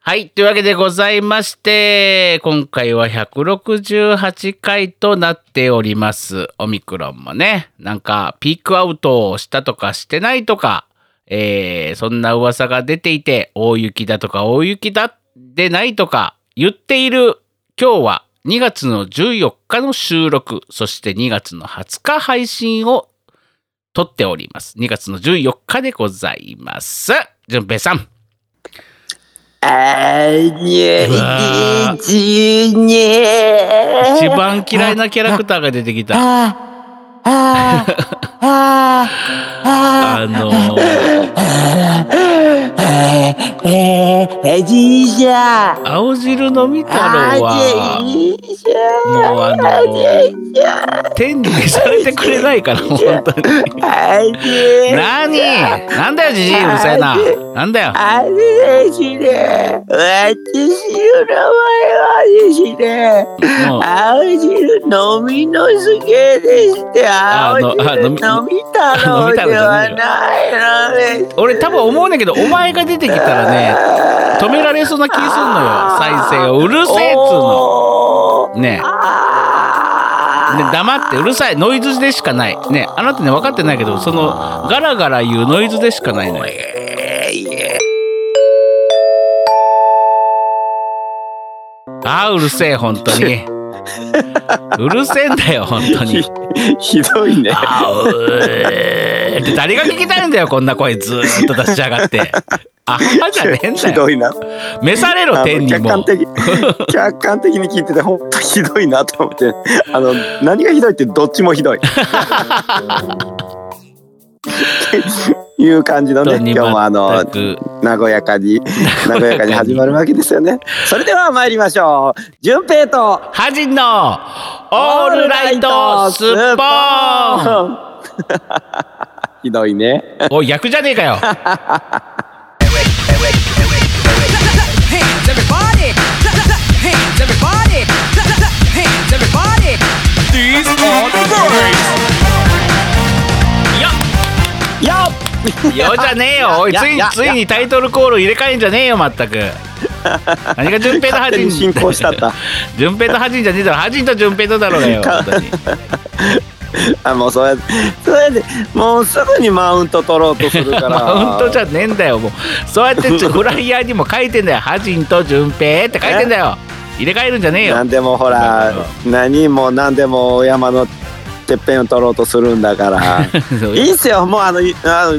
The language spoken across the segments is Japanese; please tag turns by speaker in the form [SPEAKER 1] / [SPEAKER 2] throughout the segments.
[SPEAKER 1] はい。というわけでございまして、今回は168回となっております。オミクロンもね、なんかピークアウトをしたとかしてないとか、えーそんな噂が出ていて、大雪だとか大雪だでないとか言っている今日は2月の14日の収録、そして2月の20日配信を撮っております。2月の14日でございます。淳平さん。
[SPEAKER 2] あ
[SPEAKER 1] うわ
[SPEAKER 2] ー、十年。
[SPEAKER 1] 一番嫌いなキャラクターが出てきた。
[SPEAKER 2] あー、あー、あー、あー、
[SPEAKER 1] あのー、
[SPEAKER 2] えー、えー、じいちゃん。
[SPEAKER 1] 青汁飲み太郎
[SPEAKER 2] あー、
[SPEAKER 1] は、
[SPEAKER 2] じいちゃん。
[SPEAKER 1] もうあの
[SPEAKER 2] あ
[SPEAKER 1] ー、
[SPEAKER 2] じいちゃん。
[SPEAKER 1] 天理されてくれないから、本当に。
[SPEAKER 2] あじいちゃ
[SPEAKER 1] なになんだよ、じじい、うるさいな。なんだよ。
[SPEAKER 2] あれですね。私の名前はですね。
[SPEAKER 1] もう
[SPEAKER 2] 青汁飲みのすけでして、
[SPEAKER 1] あ
[SPEAKER 2] 青
[SPEAKER 1] のあ飲
[SPEAKER 2] 汁飲
[SPEAKER 1] み
[SPEAKER 2] み太郎ではないのです。
[SPEAKER 1] 俺多分思うねんけど、お前が出てきたらね、止められそうな気すんのよ、再生を。うるせえっつうの。
[SPEAKER 2] の。
[SPEAKER 1] ねえ。ね、黙ってうるさいノイズでしかないねあなたね分かってないけどそのガラガラ言うノイズでしかないのよあーうるせえ本当にうるせえんだよ本当に
[SPEAKER 2] ひどいね。
[SPEAKER 1] あーうえーって誰が聞きたいんだよこんな声ずーっと出しやがってあはじゃねえんだ
[SPEAKER 2] ひ
[SPEAKER 1] よ
[SPEAKER 2] どいな。
[SPEAKER 1] 召され
[SPEAKER 2] あ
[SPEAKER 1] ろ
[SPEAKER 2] の
[SPEAKER 1] 天に
[SPEAKER 2] 客
[SPEAKER 1] も
[SPEAKER 2] 観的 客観的に聞いてて本当ひどいなと思って、あの何がひどいってどっちも ひどい。 いう感じのね
[SPEAKER 1] 本当、に
[SPEAKER 2] 今日もあの
[SPEAKER 1] 全く
[SPEAKER 2] 和や かに和やかに始まるわけですよね。それでは参りましょう。順平と
[SPEAKER 1] ハジンのオールライトスッポーン
[SPEAKER 2] ン。 ひどいね。
[SPEAKER 1] おい役じゃねえか よ
[SPEAKER 3] hands, everybody. Clap, clap, clap, hands, everybody. Clap, clap, clap, hands, everybody.
[SPEAKER 2] よ
[SPEAKER 1] よじゃねえよおい
[SPEAKER 2] いや
[SPEAKER 1] つい
[SPEAKER 2] い
[SPEAKER 1] に
[SPEAKER 2] や
[SPEAKER 1] ついにタイトルコール入れ替えんじゃねえよまっ たく何が順平とハ
[SPEAKER 2] 勝
[SPEAKER 1] ジ
[SPEAKER 2] 手
[SPEAKER 1] ン
[SPEAKER 2] に進行したった。
[SPEAKER 1] 順平とハジンじゃねえだろハジンと順平とだろうがよ本当に
[SPEAKER 2] あもうそうやってそうやってもうすぐにマウント取ろうとするから。
[SPEAKER 1] マウントじゃねえんだよもうそうやってちょフライヤーにも書いてんだよ「ハジンと順平」って書いてんだよ入れ替えるんじゃねえよ
[SPEAKER 2] なんでもほら何も何でもお山のてっぺんを取ろうとするんだからいいっすよもうあのいあの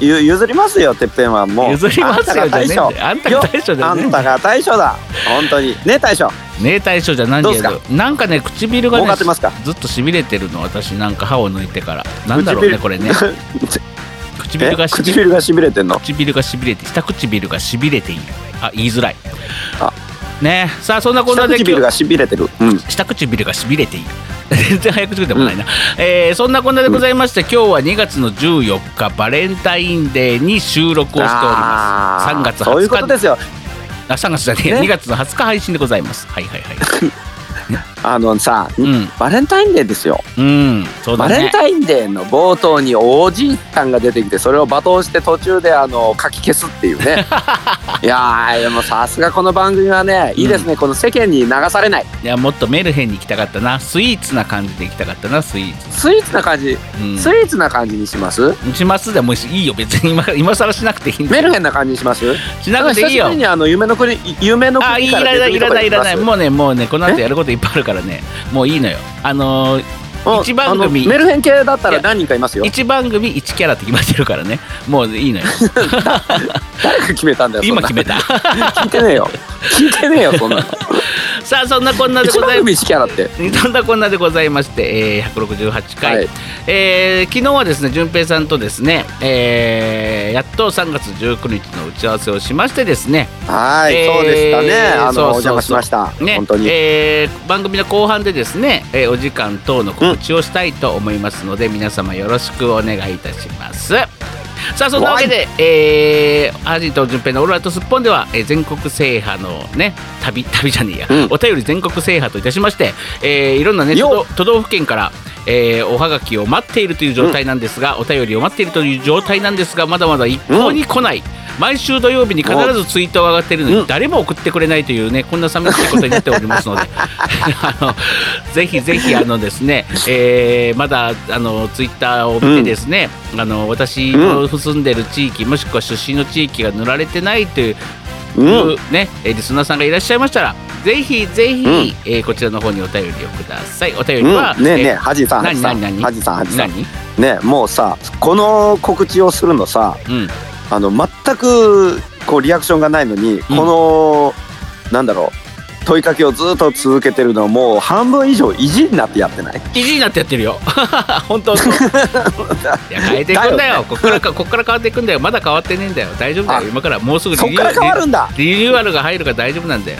[SPEAKER 2] ゆ譲りますよてっぺんはもう
[SPEAKER 1] 譲りますよじゃねえんだよあんたが大将じゃ
[SPEAKER 2] あ
[SPEAKER 1] ねえ
[SPEAKER 2] ん
[SPEAKER 1] んだ
[SPEAKER 2] たが大将だ本当にね大将
[SPEAKER 1] ねえ大将じゃないんだけ
[SPEAKER 2] どう
[SPEAKER 1] どなんかね唇が
[SPEAKER 2] 儲
[SPEAKER 1] ね
[SPEAKER 2] かってますか
[SPEAKER 1] ずっとしびれてるの私なんか歯を抜いてからなんだろうね
[SPEAKER 2] 唇
[SPEAKER 1] これ ね
[SPEAKER 2] え
[SPEAKER 1] 唇がしびれ
[SPEAKER 2] 唇がしびれてんの
[SPEAKER 1] 唇がしびれて下唇がしびれているあ言いづらい
[SPEAKER 2] あ
[SPEAKER 1] ねえさあそんなこんな
[SPEAKER 2] 下
[SPEAKER 1] で今日
[SPEAKER 2] 唇がしびれてるうん
[SPEAKER 1] 下唇がしびれている 全然早口でもないな、えーそんなこんなでございまして、今日は2月の14日バレンタインデーに収録をしております
[SPEAKER 2] あー
[SPEAKER 1] 3月
[SPEAKER 2] そういうこ
[SPEAKER 1] 20
[SPEAKER 2] と
[SPEAKER 1] 日
[SPEAKER 2] ですよ
[SPEAKER 1] あ3月じゃねえ、
[SPEAKER 2] ね
[SPEAKER 1] 2月の20日配信でございますはいはいはい
[SPEAKER 2] あのさ、
[SPEAKER 1] うん
[SPEAKER 2] バレンタインデーですよ、
[SPEAKER 1] うんそうだ
[SPEAKER 2] バレン
[SPEAKER 1] ね
[SPEAKER 2] タインデーの冒頭におじいさんが出てきてそれを罵倒して途中であの書き消すっていう ねいやーでもさすがこの番組はねいいですね、この世間に流されない
[SPEAKER 1] いやもっとメルヘンに行きたかったなスイーツな感じで行きたかったなスイーツ
[SPEAKER 2] スイーツな感じ、
[SPEAKER 1] うん
[SPEAKER 2] スイーツな感じにします
[SPEAKER 1] しますでもいいよ別に今今更しなくてい いんだ
[SPEAKER 2] メルヘンな感じにします
[SPEAKER 1] しなくていい
[SPEAKER 2] 久しぶ
[SPEAKER 1] よ
[SPEAKER 2] りにあの夢の国夢の
[SPEAKER 1] あい
[SPEAKER 2] 国からら
[SPEAKER 1] ない
[SPEAKER 2] 出
[SPEAKER 1] い
[SPEAKER 2] て
[SPEAKER 1] ら
[SPEAKER 2] く
[SPEAKER 1] ないい
[SPEAKER 2] る
[SPEAKER 1] らない
[SPEAKER 2] とこ
[SPEAKER 1] もうねもうねこの後
[SPEAKER 2] え
[SPEAKER 1] やることいっぱいあるからねもういいのよあのー、
[SPEAKER 2] うん
[SPEAKER 1] 一番組
[SPEAKER 2] あのメルヘン系だったら何人かいますよ
[SPEAKER 1] 1番組1キャラって決まってるからねもういいのよ
[SPEAKER 2] 誰が決めたんだよそん
[SPEAKER 1] 今
[SPEAKER 2] な
[SPEAKER 1] 決め た
[SPEAKER 2] 聞いてねえよ聞いてねえよそ んなの
[SPEAKER 1] さあそんなこんなで
[SPEAKER 2] 一
[SPEAKER 1] ござ
[SPEAKER 2] 番
[SPEAKER 1] いま
[SPEAKER 2] 組1キャラって
[SPEAKER 1] すそんなこんなでございまして、えー168回、
[SPEAKER 2] はい
[SPEAKER 1] えー昨日はですね順平さんとですね、えーやっと3月19日の打ち合わせをしましてですね
[SPEAKER 2] はい、
[SPEAKER 1] えー
[SPEAKER 2] そうでしたね。あ
[SPEAKER 1] そ
[SPEAKER 2] の
[SPEAKER 1] うそうそう
[SPEAKER 2] お邪魔しました。
[SPEAKER 1] ね
[SPEAKER 2] 本当に、
[SPEAKER 1] えー番組の後半でですね、えーお時間等の告知をしたいと思いますので、皆様よろしくお願いいたします。さあそんなわけで、えー、アジト順平のオールライトスッポンでは、えー全国制覇のね旅 旅じゃねえや、
[SPEAKER 2] うん
[SPEAKER 1] お便り全国制覇といたしまして、えーいろんなね
[SPEAKER 2] よっ
[SPEAKER 1] 都道都道府県から、えーおはがきを待っているという状態なんですが、お便りを待っているという状態なんですがまだまだ一向に来ない、毎週土曜日に必ずツイートが上がってるの
[SPEAKER 2] う
[SPEAKER 1] に
[SPEAKER 2] ん
[SPEAKER 1] 誰も送ってくれないというねこんな寂しいことになっており ますのであのぜひぜひあのですね、えーまだあのツイッターを見てですね、あの私の住んでる地域もしくは出身の地域が塗られてないという
[SPEAKER 2] うん
[SPEAKER 1] ね、えーリスナーさんがいらっしゃいましたら、ぜひぜひ、
[SPEAKER 2] うん
[SPEAKER 1] えーこちらの方にお便りをください。お便りは、
[SPEAKER 2] うん、ねえねえ
[SPEAKER 1] えー
[SPEAKER 2] ハジさんハ
[SPEAKER 1] 何
[SPEAKER 2] ジさん
[SPEAKER 1] 何何
[SPEAKER 2] ハジさんハジさん
[SPEAKER 1] 何？
[SPEAKER 2] ねえもうさこの告知をするのさ
[SPEAKER 1] うん、
[SPEAKER 2] あの全くこうリアクションがないのに、このなんだろう問いかけをずっと続けてるのはもう半分以上意地になってやってない
[SPEAKER 1] 意地になってやってるよ。 本 当。いや変えていくんだよ。こっからかこっから変わっていくんだよ。まだ変わってねえんだよ。大丈夫だ
[SPEAKER 2] あ
[SPEAKER 1] よ。今からもうすぐリ
[SPEAKER 2] そっ
[SPEAKER 1] ニュ
[SPEAKER 2] から変わるんだ
[SPEAKER 1] リリニューアルが入るから大丈夫なんだよ。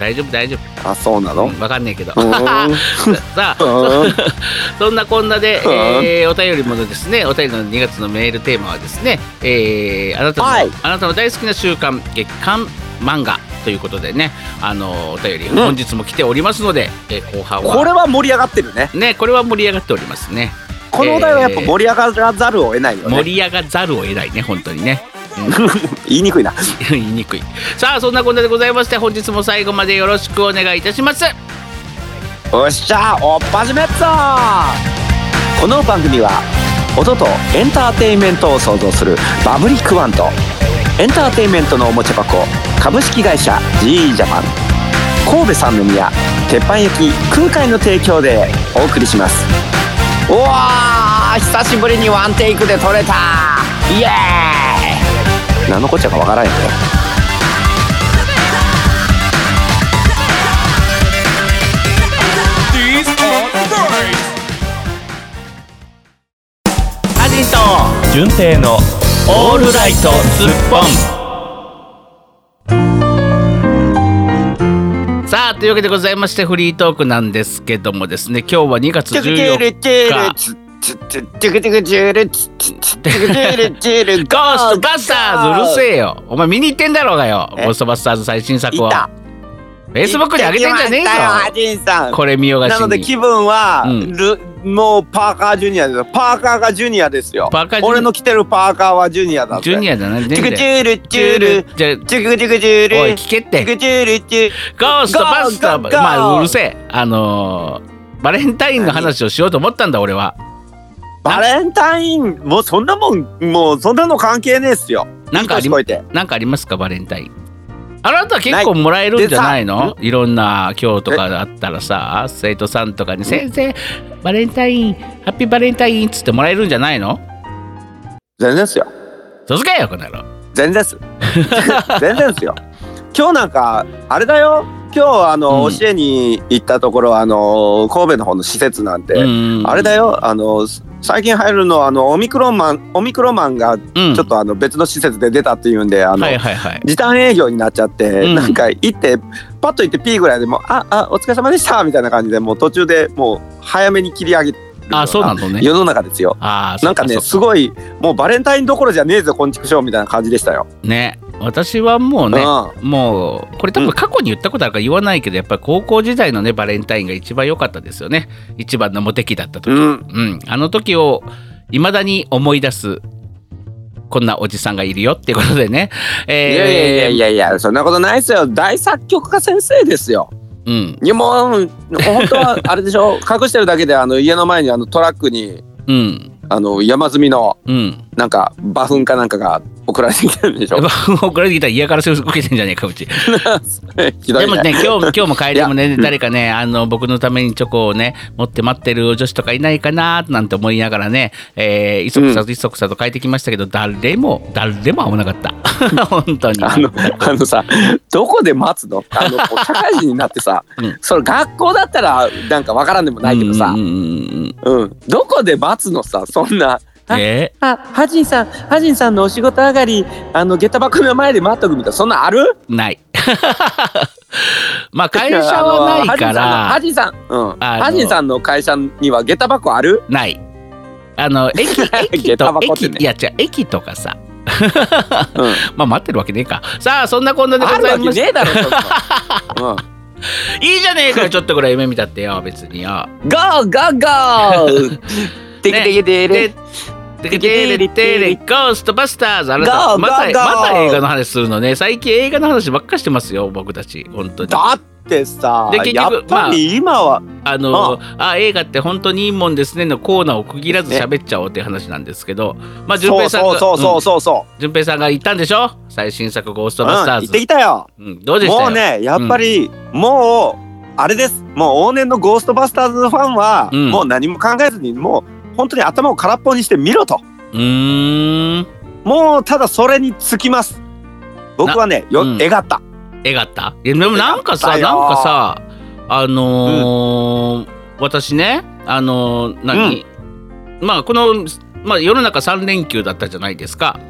[SPEAKER 1] 大丈夫大丈
[SPEAKER 2] あそうな
[SPEAKER 1] 夫。
[SPEAKER 2] の
[SPEAKER 1] うんわかんねえけど。
[SPEAKER 2] う
[SPEAKER 1] さ
[SPEAKER 2] ーん
[SPEAKER 1] あ。
[SPEAKER 2] うー ん
[SPEAKER 1] そんなこんなで、
[SPEAKER 2] うん
[SPEAKER 1] えーお便りもですね、お便りの2月のメールテーマはですね、えーあなたの、
[SPEAKER 2] はい
[SPEAKER 1] あなたの大好きな週刊月刊漫画ということでね、あのお便り
[SPEAKER 2] うん
[SPEAKER 1] 本日も来ておりますので、えー後半は
[SPEAKER 2] これは盛り上がってるね
[SPEAKER 1] ねこれは盛り上がっておりますね。
[SPEAKER 2] このお題はやっぱ盛り上がらざるを得ないよ
[SPEAKER 1] 盛
[SPEAKER 2] ね
[SPEAKER 1] り上がざるを得ないね本当にね。
[SPEAKER 2] 言いにくいな
[SPEAKER 1] 言いにくい。さあそんなこんなでございまして本日も最後までよろしくお願いいたします。
[SPEAKER 2] よっしゃおっ始めっぞこの番組は音とエンターテインメントを創造するバブリックワンとエンターテインメントのおもちゃ箱株式会社 GE ジャパン神戸三宮鉄板焼き空海の提供でお送りしますうわー久しぶりにワンテイクで撮れたイエーイ何のこっちゃかわからんよね
[SPEAKER 1] アジンと
[SPEAKER 4] 純正の
[SPEAKER 1] オールライトスッポン。さあというわけでございましてフリートークなんですけどもですね今日は2月14日「ゴーストバスターズ」うるせえよお前見に行ってんだろうがよ「ゴ
[SPEAKER 2] え
[SPEAKER 1] ーストバスターズ」最新作をフェイスブックに上げてんじゃねえぞこれ見よがし
[SPEAKER 2] なので
[SPEAKER 1] に
[SPEAKER 2] 気分は、ルもうパーカージュニアですよパーカーがジュニアですよ
[SPEAKER 1] パーカージュニア
[SPEAKER 2] 俺の着てるパーカーはジュニアだ
[SPEAKER 1] ジュニ
[SPEAKER 2] ア
[SPEAKER 1] アじゃないねえ
[SPEAKER 2] チ
[SPEAKER 1] ん
[SPEAKER 2] ュクチ
[SPEAKER 1] だよ
[SPEAKER 2] ュルチュル
[SPEAKER 1] じゃあ
[SPEAKER 2] チュクチュクチュル
[SPEAKER 1] おい聞けっ
[SPEAKER 2] チュ
[SPEAKER 1] て
[SPEAKER 2] クチュルチュ
[SPEAKER 1] ゴーストバスター
[SPEAKER 2] ゴーゴーゴー
[SPEAKER 1] まあうるせえあのーバレンタインの話をしようと思ったんだ俺は
[SPEAKER 2] バレンタインもうそんなもんもうそんなの関係ねえっすよ
[SPEAKER 1] なんかあり
[SPEAKER 2] 聞こえて
[SPEAKER 1] なんかありますかバレンタインあなた結構もらえるんじゃない
[SPEAKER 2] ない
[SPEAKER 1] のいろんな今日とかだったらさ生徒さんとかに「先生バレンタインハッピーバレンタイン」っつってもらえるんじゃないの
[SPEAKER 2] 全然っすよ
[SPEAKER 1] 続けよこの野郎
[SPEAKER 2] 全然っす 全然っすよ今日なんかあれだよ今日あの、
[SPEAKER 1] うん
[SPEAKER 2] 教えに行ったところあの神戸の方の施設なんて、
[SPEAKER 1] うん
[SPEAKER 2] あれだよあの最近入るのはあのオミクロンマンオミクロンマンがち
[SPEAKER 1] うん
[SPEAKER 2] ょっとあの、別の施設で出たっていうんであの、
[SPEAKER 1] はいはいはい
[SPEAKER 2] 時短営業になっちゃって、
[SPEAKER 1] うん
[SPEAKER 2] なんか行ってパッと行ってピーぐらいでもうああお疲れ様でしたみたいな感じでもう途中でもう早めに切り上げるような
[SPEAKER 1] あそうなのね
[SPEAKER 2] 世の中ですよ。
[SPEAKER 1] あー
[SPEAKER 2] なんかね
[SPEAKER 1] そっ
[SPEAKER 2] す
[SPEAKER 1] そっ
[SPEAKER 2] ごいもうバレンタインどころじゃねえぞこんちくしょうみたいな感じでしたよ。
[SPEAKER 1] ね私はもうね
[SPEAKER 2] うん
[SPEAKER 1] もうこれ多分過去に言ったことあるから言わないけどやっぱり高校時代のねバレンタインが一番良かったですよね一番のモテ期だった時
[SPEAKER 2] うん、
[SPEAKER 1] うん、あの時を未だに思い出すこんなおじさんがいるよってことでね、
[SPEAKER 2] い
[SPEAKER 1] えー
[SPEAKER 2] やいやいやいやそんなことないですよ大作曲家先生ですよ
[SPEAKER 1] うん
[SPEAKER 2] いやもう本当はあれで しょ隠してるだけであの家の前にあのトラックに
[SPEAKER 1] うん
[SPEAKER 2] あの山積みの
[SPEAKER 1] うん
[SPEAKER 2] なんか馬糞かなんかが送られてきてるん でしょ
[SPEAKER 1] 送られてきたら嫌がらせを受けてんじゃねえかうち
[SPEAKER 2] ひど
[SPEAKER 1] で
[SPEAKER 2] い
[SPEAKER 1] も
[SPEAKER 2] ね
[SPEAKER 1] ね今日 今日も帰りも
[SPEAKER 2] い
[SPEAKER 1] ね
[SPEAKER 2] やうん
[SPEAKER 1] 誰かねあの僕のためにチョコをね持って待ってる女子とかいないかななんて思いながらね、えー、いそくさといそくさと帰ってきましたけど、誰も誰も会わなかった 本当に
[SPEAKER 2] あのあのさどこで待つのあのこう社会人になってさ、
[SPEAKER 1] うん
[SPEAKER 2] それ学校だったらなんかわからんでもないけどさ
[SPEAKER 1] うん、うんうん
[SPEAKER 2] うん、どこで待つのさそん
[SPEAKER 1] う
[SPEAKER 2] な。
[SPEAKER 1] んえ
[SPEAKER 2] あ、ハジンさん、ハジンさんのお仕事上がり、あの、下駄箱の前で待っとくみたいな、そんなんある
[SPEAKER 1] ない まあ会社はないか
[SPEAKER 2] いや
[SPEAKER 1] ら
[SPEAKER 2] あのハジンさんの、ハジンさん、うん、
[SPEAKER 1] あの
[SPEAKER 2] ハジンさんの会社には下駄箱ある
[SPEAKER 1] ない。あの駅駅
[SPEAKER 2] 下駄
[SPEAKER 1] と
[SPEAKER 2] 箱って
[SPEAKER 1] 駅
[SPEAKER 2] ね
[SPEAKER 1] いや違う駅とかさ、
[SPEAKER 2] うん
[SPEAKER 1] まあ待ってるわけねえか。さあそんなこんなでご
[SPEAKER 2] ある
[SPEAKER 1] ざい
[SPEAKER 2] わけ
[SPEAKER 1] ます。
[SPEAKER 2] ねえだろ、そんなうん。
[SPEAKER 1] いいじゃねえかよちょっとぐらい夢見たってよ別によ。
[SPEAKER 2] ゴーゴーゴーテキテキテレ
[SPEAKER 1] でテケテレリテレゴーストバスターズあなた
[SPEAKER 2] ゴー
[SPEAKER 1] また
[SPEAKER 2] ゴーゴー
[SPEAKER 1] また映画の話するのね最近映画の話ばっかしてますよ僕たち本当に
[SPEAKER 2] だってさ
[SPEAKER 1] で結
[SPEAKER 2] や
[SPEAKER 1] 局
[SPEAKER 2] っぱり今は、
[SPEAKER 1] あのあ映画って本当にいいもんですねのコーナーを区切らず喋っちゃおうっていう話なんですけどまあ順
[SPEAKER 2] そう
[SPEAKER 1] 平さん
[SPEAKER 2] そう
[SPEAKER 1] が
[SPEAKER 2] そうそううんそうそ
[SPEAKER 1] 順平さんが言ったんでしょ最新作ゴース
[SPEAKER 2] う、
[SPEAKER 1] ト
[SPEAKER 2] うん、
[SPEAKER 1] バスター
[SPEAKER 2] 行って
[SPEAKER 1] ズ
[SPEAKER 2] きたよ
[SPEAKER 1] うんどうでしたよ
[SPEAKER 2] もうねやっぱり、もうあれですもう往年のゴーストバスターズファンは、
[SPEAKER 1] うん
[SPEAKER 2] もう何も考えずにもう本当に頭を空っぽにして見ろと
[SPEAKER 1] うーん
[SPEAKER 2] もうただそれに尽きます僕はねよ、
[SPEAKER 1] うん
[SPEAKER 2] えがった
[SPEAKER 1] 絵ったいやでもなんかさなん
[SPEAKER 2] 描ったよ
[SPEAKER 1] かさあのー私ねあのー何、まあこの、まあ、世の中3連休だったじゃないですか。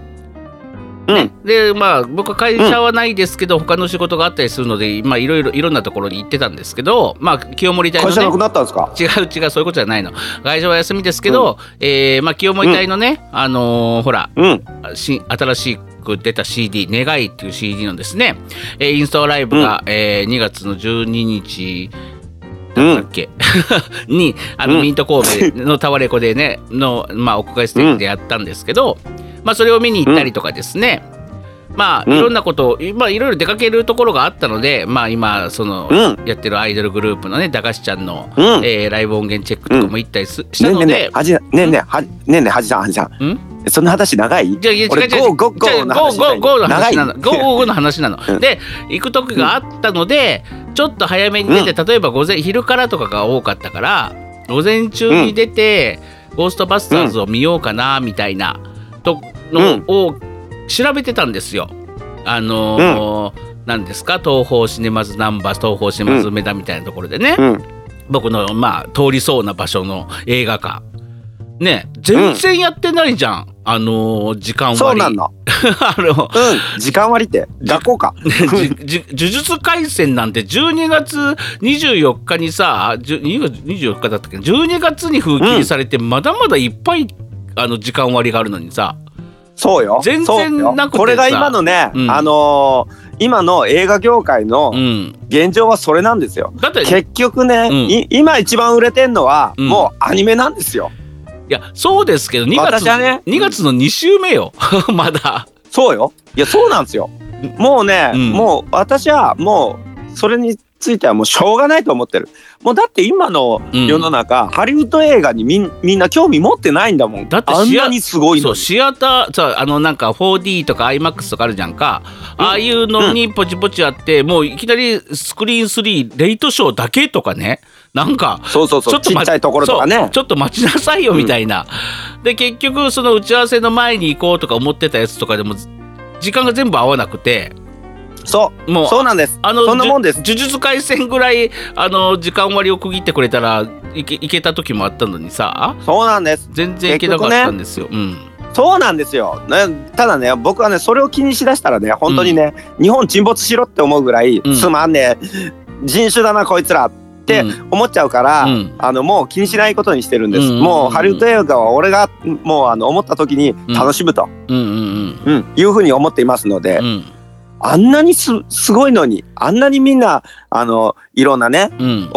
[SPEAKER 2] うん、
[SPEAKER 1] でまあ僕は会社はないですけど、他の仕事があったりするのでまあいろいろいろんなところに行ってたんですけどまあ清盛隊の
[SPEAKER 2] 会社なく
[SPEAKER 1] ね
[SPEAKER 2] なったんですか
[SPEAKER 1] 違う違うそういうことじゃないの会社は休みですけど、えーまあ、清盛隊のね、あのーほら
[SPEAKER 2] うん
[SPEAKER 1] 新新しく出た CD「願い」っていう CD のですね、えーインストライブが、えー2月の12日
[SPEAKER 2] う
[SPEAKER 1] だ
[SPEAKER 2] ん
[SPEAKER 1] っけ、 にあの、
[SPEAKER 2] うん
[SPEAKER 1] ミント神戸のタワレコで ねの、まあ、屋外ステージでやったんですけど、まあ、それを見に行ったりとかですね、まあ
[SPEAKER 2] うん
[SPEAKER 1] いろんなことを、まあ、いろいろ出かけるところがあったので、まあ、今その、
[SPEAKER 2] う
[SPEAKER 1] やってるアイドルグループのね駄菓子ちゃんの、
[SPEAKER 2] うん
[SPEAKER 1] えーライブ音源チェックとかも行ったりす、した
[SPEAKER 2] ねえ
[SPEAKER 1] の
[SPEAKER 2] ね
[SPEAKER 1] で。
[SPEAKER 2] えねえはじねえねえはじねえねえはじさんはじさん
[SPEAKER 1] ん
[SPEAKER 2] そんな話長い
[SPEAKER 1] じゃあ、いや違う違
[SPEAKER 2] 俺
[SPEAKER 1] う
[SPEAKER 2] ゴーゴーゴーの話
[SPEAKER 1] ゴーゴーゴーの話なの。ゴ
[SPEAKER 2] 長
[SPEAKER 1] ー
[SPEAKER 2] い
[SPEAKER 1] ゴーの話なの。で、行く時があったので、ちょっと早めに出て、例えば午前昼からとかが多かったから、午前中に出て、ゴーストバスターズを見ようかなみたいなとのを調べてたんですよ。あのーなんですか東方シネマズナンバー東方シネマズ梅田みたいなところでね、
[SPEAKER 2] うん
[SPEAKER 1] 僕のまあ通りそうな場所の映画館ね全然やってないじゃん、あのー時間割
[SPEAKER 2] そうなの
[SPEAKER 1] あの
[SPEAKER 2] うん時間 割って学校か
[SPEAKER 1] じじ呪術廻戦なんて12月24日にさじゅ2月24日だったっけ12月に封切りされて、まだまだいっぱいあの時間割があるのにさ
[SPEAKER 2] そうよ
[SPEAKER 1] 全然
[SPEAKER 2] そうよ
[SPEAKER 1] なくてさ
[SPEAKER 2] これが今のね
[SPEAKER 1] うん
[SPEAKER 2] あのー今の映画業界の
[SPEAKER 1] うん
[SPEAKER 2] 現状はそれなんですよ
[SPEAKER 1] だって
[SPEAKER 2] 結局ね
[SPEAKER 1] うん
[SPEAKER 2] い今一番売れてんのは
[SPEAKER 1] うん
[SPEAKER 2] もうアニメなんですよ
[SPEAKER 1] いやそうですけど2月
[SPEAKER 2] 私はね
[SPEAKER 1] 2月の2週目よ まだ
[SPEAKER 2] そうよいやそうなんですよもうね
[SPEAKER 1] うん
[SPEAKER 2] もう私はもうそれについてはもうしょうがないと思ってるもうだって今の
[SPEAKER 1] うん
[SPEAKER 2] 世の中ハリウッド映画にみんみんな興味持ってないんだもん
[SPEAKER 1] だって
[SPEAKER 2] あん
[SPEAKER 1] シア
[SPEAKER 2] なにすごい
[SPEAKER 1] そ
[SPEAKER 2] の
[SPEAKER 1] う
[SPEAKER 2] に
[SPEAKER 1] シアターさあのなんか 4D とか IMAX とかあるじゃんか、
[SPEAKER 2] うん
[SPEAKER 1] ああいうのにポチポチあって、もういきなりスクリーン3レイトショーだけとかねなんか
[SPEAKER 2] そうそうそうち
[SPEAKER 1] ま
[SPEAKER 2] っちゃいところとか
[SPEAKER 1] そう
[SPEAKER 2] ね
[SPEAKER 1] ちょっと待ちなさいよみたいな、で結局その打ち合わせの前に行こうとか思ってたやつとかでも時間が全部合わなくて
[SPEAKER 2] そ
[SPEAKER 1] もう
[SPEAKER 2] うそうなんです
[SPEAKER 1] あの
[SPEAKER 2] そんなもんです
[SPEAKER 1] 呪呪術廻戦ぐらいあの時間割を区切ってくれたらいけいけた時もあったのにさ
[SPEAKER 2] そうなんです
[SPEAKER 1] 全然いけなかったんですよ。
[SPEAKER 2] そうなんですよ、ね、ただね僕はねそれを気にしだしたらね本当にね、日本沈没しろって思うぐらい、
[SPEAKER 1] うん
[SPEAKER 2] つまんねえ人種だなこいつらって
[SPEAKER 1] うん
[SPEAKER 2] 思っちゃうから、
[SPEAKER 1] うん
[SPEAKER 2] あのもう気にしないことにしてるんです、
[SPEAKER 1] うんうんうん
[SPEAKER 2] もうハリウッド映画は俺がもうあの思った時に楽しむと、
[SPEAKER 1] うんうんうん
[SPEAKER 2] うんいうふうに思っていますので、
[SPEAKER 1] うんうん
[SPEAKER 2] あんなにすすごいのにあんなにみんなあのいろんなね
[SPEAKER 1] うん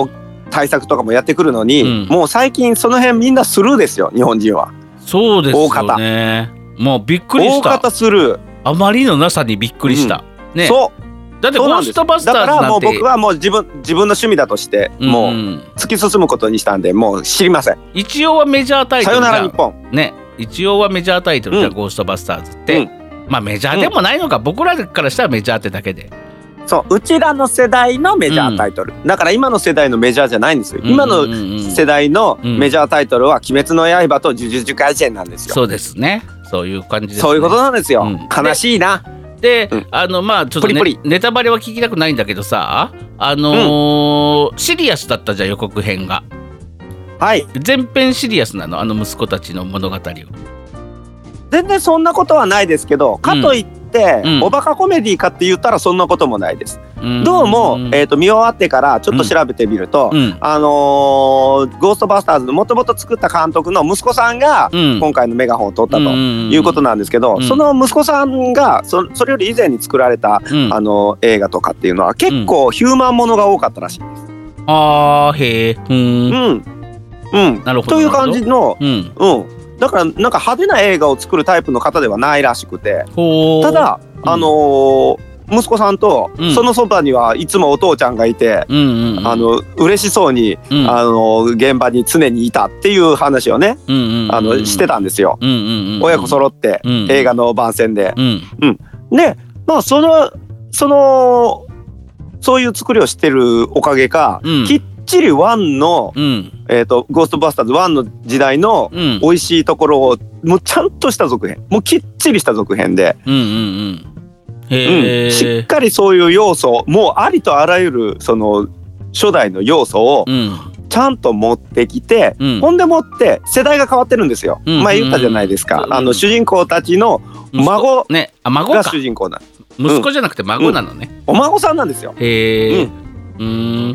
[SPEAKER 2] 対策とかもやってくるのに、
[SPEAKER 1] うん
[SPEAKER 2] もう最近その辺みんなスルーですよ日本人は。
[SPEAKER 1] そうです
[SPEAKER 2] 大
[SPEAKER 1] よ
[SPEAKER 2] 方
[SPEAKER 1] ね。もうびっくり
[SPEAKER 2] 大
[SPEAKER 1] した。
[SPEAKER 2] 方スルー、
[SPEAKER 1] あまりのなさにびっくりした。ね。
[SPEAKER 2] そう
[SPEAKER 1] だって
[SPEAKER 2] そう
[SPEAKER 1] ゴ
[SPEAKER 2] な
[SPEAKER 1] ー
[SPEAKER 2] んで
[SPEAKER 1] ス
[SPEAKER 2] す
[SPEAKER 1] トバスター
[SPEAKER 2] だか
[SPEAKER 1] ズ
[SPEAKER 2] ら
[SPEAKER 1] な
[SPEAKER 2] も
[SPEAKER 1] ん
[SPEAKER 2] う
[SPEAKER 1] て。
[SPEAKER 2] 僕はもう自分自分の趣味だとして、もうん突き進むことにしたんでもう知りません。
[SPEAKER 1] 一応はメジャータイト
[SPEAKER 2] さ
[SPEAKER 1] ル
[SPEAKER 2] よ
[SPEAKER 1] じ
[SPEAKER 2] な
[SPEAKER 1] ゃ
[SPEAKER 2] ら日
[SPEAKER 1] ん。
[SPEAKER 2] 本。
[SPEAKER 1] ね。一応はメジャータイトルじゃん、
[SPEAKER 2] う
[SPEAKER 1] ゴーストバスターズって。
[SPEAKER 2] うん
[SPEAKER 1] まあメジャーでもないのか、僕らからしたらメジャーってだけで。
[SPEAKER 2] そううちらの世代のメジャータイトル、だから今の世代のメジャーじゃないんですよ。今
[SPEAKER 1] うんう
[SPEAKER 2] の
[SPEAKER 1] んうんうん
[SPEAKER 2] 世代のメジャータイトルは「鬼滅の刃」と「呪術廻戦」なんですよ。
[SPEAKER 1] そうですね。そういう感じです、ね。
[SPEAKER 2] そういうことなんですよ。
[SPEAKER 1] うん
[SPEAKER 2] 悲しいな。
[SPEAKER 1] で、
[SPEAKER 2] うん
[SPEAKER 1] あのまあちょっと、ね、
[SPEAKER 2] プリプ
[SPEAKER 1] ネタバレは聞きたくないんだけどさ、あのーシリアスだったじゃん予告編が。
[SPEAKER 2] はい。
[SPEAKER 1] 全編シリアスなのあの息子たちの物語を。
[SPEAKER 2] 全然そんなことはないですけど、かといって、
[SPEAKER 1] うん
[SPEAKER 2] おバカコメディかって言ったらそんなこともないです。
[SPEAKER 1] ん
[SPEAKER 2] どうも、えー、と見終わってからちょっと調べてみると、
[SPEAKER 1] うん
[SPEAKER 2] あのーゴーストバスターズのもともと作った監督の息子さんが
[SPEAKER 1] うん
[SPEAKER 2] 今回のメガホンを取ったとい
[SPEAKER 1] いう
[SPEAKER 2] ことなんですけど、
[SPEAKER 1] うん
[SPEAKER 2] その息子さんがそそれより以前に作られた、
[SPEAKER 1] うん、
[SPEAKER 2] あのー映画とかっていうのは結構ヒューマンものが多かったらしい。
[SPEAKER 1] あーへえふー
[SPEAKER 2] うんんうん
[SPEAKER 1] なるほど
[SPEAKER 2] という感じの、
[SPEAKER 1] うん
[SPEAKER 2] うん、だからなんか派手な映画を作るタイプの方ではないらしくて
[SPEAKER 1] ほう
[SPEAKER 2] ただ
[SPEAKER 1] うん
[SPEAKER 2] あのー息子さんと
[SPEAKER 1] うん
[SPEAKER 2] そのそばにはいつもお父ちゃんがいて、
[SPEAKER 1] うんうんうん
[SPEAKER 2] あの嬉しそうに、
[SPEAKER 1] うん
[SPEAKER 2] あのー現場に常にいたっていう話をね、
[SPEAKER 1] うんうんうん
[SPEAKER 2] あのしてたんですよ、
[SPEAKER 1] うんうんうん
[SPEAKER 2] 親子揃って、
[SPEAKER 1] うん
[SPEAKER 2] 映画の番宣で。
[SPEAKER 1] うん
[SPEAKER 2] でまあそのそのそういう作りをしてるおかげか、
[SPEAKER 1] うん
[SPEAKER 2] きっちり1の、
[SPEAKER 1] うん
[SPEAKER 2] えーと「ゴーストバスターズ1」の時代の
[SPEAKER 1] うん
[SPEAKER 2] 美味しいところをもうちゃんとした続編もうきっちりした続編で、
[SPEAKER 1] うんうんうん
[SPEAKER 2] う
[SPEAKER 1] へ
[SPEAKER 2] ん、
[SPEAKER 1] え
[SPEAKER 2] しっかりそういう要素もうありとあらゆるその初代の要素を
[SPEAKER 1] うん
[SPEAKER 2] ちゃんと持ってきて、
[SPEAKER 1] うん
[SPEAKER 2] ほんでもって世代が変わってるんですよ。
[SPEAKER 1] うん
[SPEAKER 2] 前言ったじゃないですか、
[SPEAKER 1] うん
[SPEAKER 2] あの主人公たちの孫
[SPEAKER 1] ねあ孫
[SPEAKER 2] が
[SPEAKER 1] か
[SPEAKER 2] 主人公なんん
[SPEAKER 1] 息子じゃなくて孫なのね
[SPEAKER 2] お孫さんなんですよ。
[SPEAKER 1] へえ
[SPEAKER 2] う
[SPEAKER 1] うーん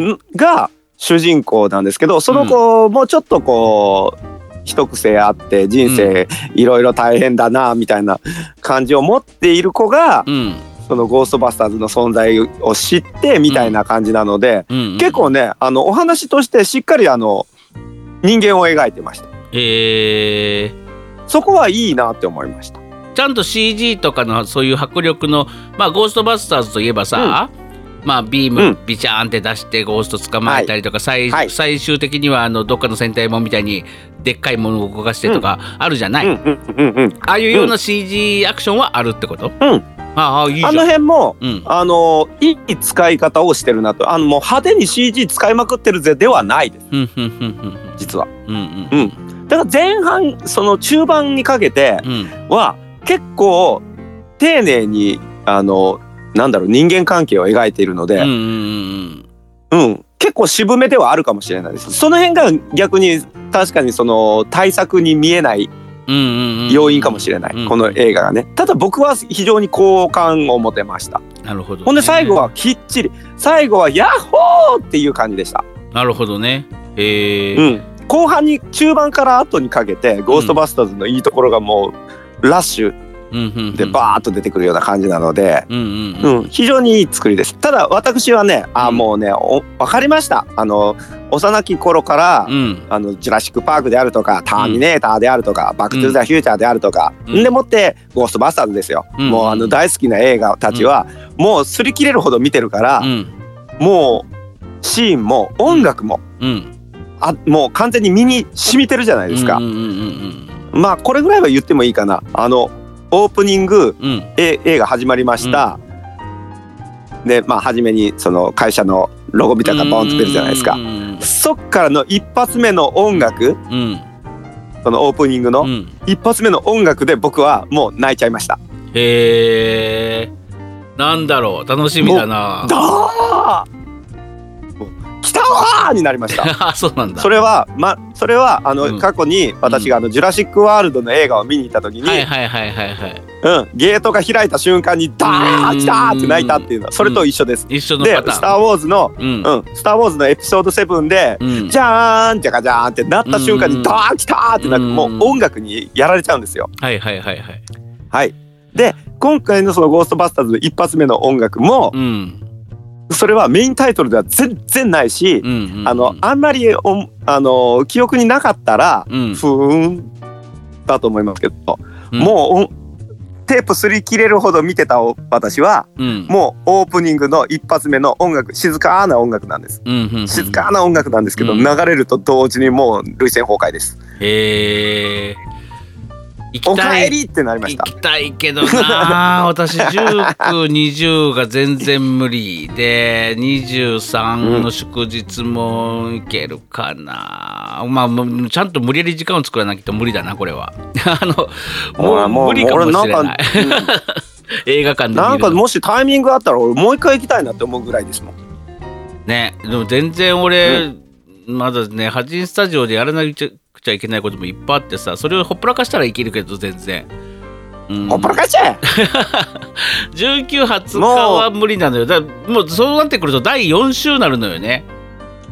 [SPEAKER 2] んが主人公なんですけどその子もちょっとこう一癖あって人生いろいろ大変だなみたいな感じを持っている子が
[SPEAKER 1] うん
[SPEAKER 2] その「ゴーストバスターズ」の存在を知ってみたいな感じなので
[SPEAKER 1] うん
[SPEAKER 2] 結構ねあのお話としてしっかりあの人間を描いてました
[SPEAKER 1] へえ
[SPEAKER 2] そこはいいなって思いました
[SPEAKER 1] ちゃんと CG とかのそういう迫力のまあゴーストバスターズといえばさ、まあビー
[SPEAKER 2] う
[SPEAKER 1] ム
[SPEAKER 2] ん
[SPEAKER 1] ビチャーンって出してゴースト捕まえたりとか、最
[SPEAKER 2] はい
[SPEAKER 1] 最終的にはあのどっかの戦隊もんみたいにでっかいものを動かしてとかあるじゃない、
[SPEAKER 2] うんうんうんうん
[SPEAKER 1] ああいうような CG アクションはあるってこと
[SPEAKER 2] うん
[SPEAKER 1] ああいいじゃ
[SPEAKER 2] あ
[SPEAKER 1] ん
[SPEAKER 2] の辺も
[SPEAKER 1] うん
[SPEAKER 2] あのいい使い方をしてるなとあのもう派手に CG 使いまくってるぜではないです
[SPEAKER 1] うんうんうん
[SPEAKER 2] 実は。
[SPEAKER 1] うんうん
[SPEAKER 2] うんだから前半その中盤にかけて
[SPEAKER 1] うんうん
[SPEAKER 2] は結構丁寧にあのなんだろう人間関係を描いているの
[SPEAKER 1] うんうんう
[SPEAKER 2] で、
[SPEAKER 1] ん
[SPEAKER 2] うん結構渋めではあるかもしれないですその辺が逆に確かにその対策に見えない
[SPEAKER 1] うんうんうん
[SPEAKER 2] 要因かもしれない、
[SPEAKER 1] うん
[SPEAKER 2] この映画がねただ僕は非常に好感を持てました
[SPEAKER 1] なるほどね
[SPEAKER 2] ほんで最後はきっちり最後はヤッホーっていう感じでした、
[SPEAKER 1] なるほどねへえ
[SPEAKER 2] うん、後半に中盤から後にかけて「ゴーストバスターズ」のいいところがもうラッシュ
[SPEAKER 1] うんうんうん
[SPEAKER 2] でバーッと出てくるような感じなので、
[SPEAKER 1] うんうんう
[SPEAKER 2] うんん、非常にいい作りですただ私はねあ
[SPEAKER 1] うん
[SPEAKER 2] もうねお分かりましたあの幼き頃から、
[SPEAKER 1] うん
[SPEAKER 2] あのジュラシック・パークであるとかターミネーターであるとか、バック・トゥ・ザ・フューチャーであるとか、
[SPEAKER 1] うん
[SPEAKER 2] でもってゴーストバスターズですよ、
[SPEAKER 1] うん
[SPEAKER 2] もうあの大好きな映画たちは、もう擦り切れるほど見てるから、
[SPEAKER 1] うん
[SPEAKER 2] もうシーンも音楽も、
[SPEAKER 1] うん
[SPEAKER 2] あもう完全に身に染みてるじゃないですか、
[SPEAKER 1] うんうんうん
[SPEAKER 2] まあこれぐらいは言ってもいいかなあのオープニング、
[SPEAKER 1] うんうん
[SPEAKER 2] え映画始まりました、でまあ初めにその会社のロゴみたいなのがボンと出るじゃないです
[SPEAKER 1] う
[SPEAKER 2] か
[SPEAKER 1] んうん
[SPEAKER 2] そっからの一発目の音楽
[SPEAKER 1] うん
[SPEAKER 2] そのオープニング
[SPEAKER 1] う
[SPEAKER 2] の
[SPEAKER 1] ん
[SPEAKER 2] 一発目の音楽で僕はもう泣いちゃいました
[SPEAKER 1] へえなんだろう楽しみだな
[SPEAKER 2] どーもう来たわーになりました
[SPEAKER 1] あそうなんだ
[SPEAKER 2] それはまそれはあの、
[SPEAKER 1] うん
[SPEAKER 2] 過去に私があのジュラシックワールドの映画を見に行った時に、
[SPEAKER 1] はいはいはいはいはい
[SPEAKER 2] うんゲートが開いた瞬間にダー
[SPEAKER 1] うん
[SPEAKER 2] 来たーって泣いたっていうのはそれと一緒です、
[SPEAKER 1] 一緒の
[SPEAKER 2] で
[SPEAKER 1] パ
[SPEAKER 2] 「ス
[SPEAKER 1] タ
[SPEAKER 2] タ
[SPEAKER 1] ーン
[SPEAKER 2] ー・ウォーズ」の
[SPEAKER 1] うん
[SPEAKER 2] 「うん、スター・ウォーズ」のエピソード7で
[SPEAKER 1] うん
[SPEAKER 2] じゃーんじゃかじゃーんってなった瞬間
[SPEAKER 1] うん
[SPEAKER 2] にドーンきたーってなって
[SPEAKER 1] うん
[SPEAKER 2] もう音楽にやられちゃうんですよ。
[SPEAKER 1] はいはいはいはい
[SPEAKER 2] はい、で今回のその「ゴーストバスターズ」一発目の音楽も
[SPEAKER 1] うん
[SPEAKER 2] それはメインタイトルでは全然ないし
[SPEAKER 1] う、んうん
[SPEAKER 2] あのあんまりおあの記憶になかったら
[SPEAKER 1] うん
[SPEAKER 2] ふーんだと思いますけど、
[SPEAKER 1] うん
[SPEAKER 2] もうおテープ擦り切れるほど見てたお私は
[SPEAKER 1] うん
[SPEAKER 2] もうオープニングの一発目の音楽静かな音楽なんです。
[SPEAKER 1] うんうんうん
[SPEAKER 2] 静かな音楽なんですけど、
[SPEAKER 1] うん
[SPEAKER 2] 流れると同時にもう涙腺崩壊です。
[SPEAKER 1] へえ行
[SPEAKER 2] お
[SPEAKER 1] きた
[SPEAKER 2] かえ
[SPEAKER 1] い
[SPEAKER 2] りってなりまし
[SPEAKER 1] 行
[SPEAKER 2] た。
[SPEAKER 1] きたいけどな私1920が全然無理 で23の祝日もいけるかな、まあもうちゃんと無理やり時間を作らなきゃ無理だなこれは あのもう無理かもしれない
[SPEAKER 2] 俺なんか、
[SPEAKER 1] 映画館
[SPEAKER 2] うん
[SPEAKER 1] で見るの
[SPEAKER 2] なんかもしタイミングあったら俺もう一回行きたいなって思うぐらいですもん。
[SPEAKER 1] ねでも全然俺、まだねハジンスタジオでやらなくちゃくちゃいけないこともいっぱいあってさそれをほっぽらかしたらいけるけど全然。うん
[SPEAKER 2] ほっぽらかしちゃえ
[SPEAKER 1] 19発日は無理なのよだからもうそうなってくると第4週なるのよね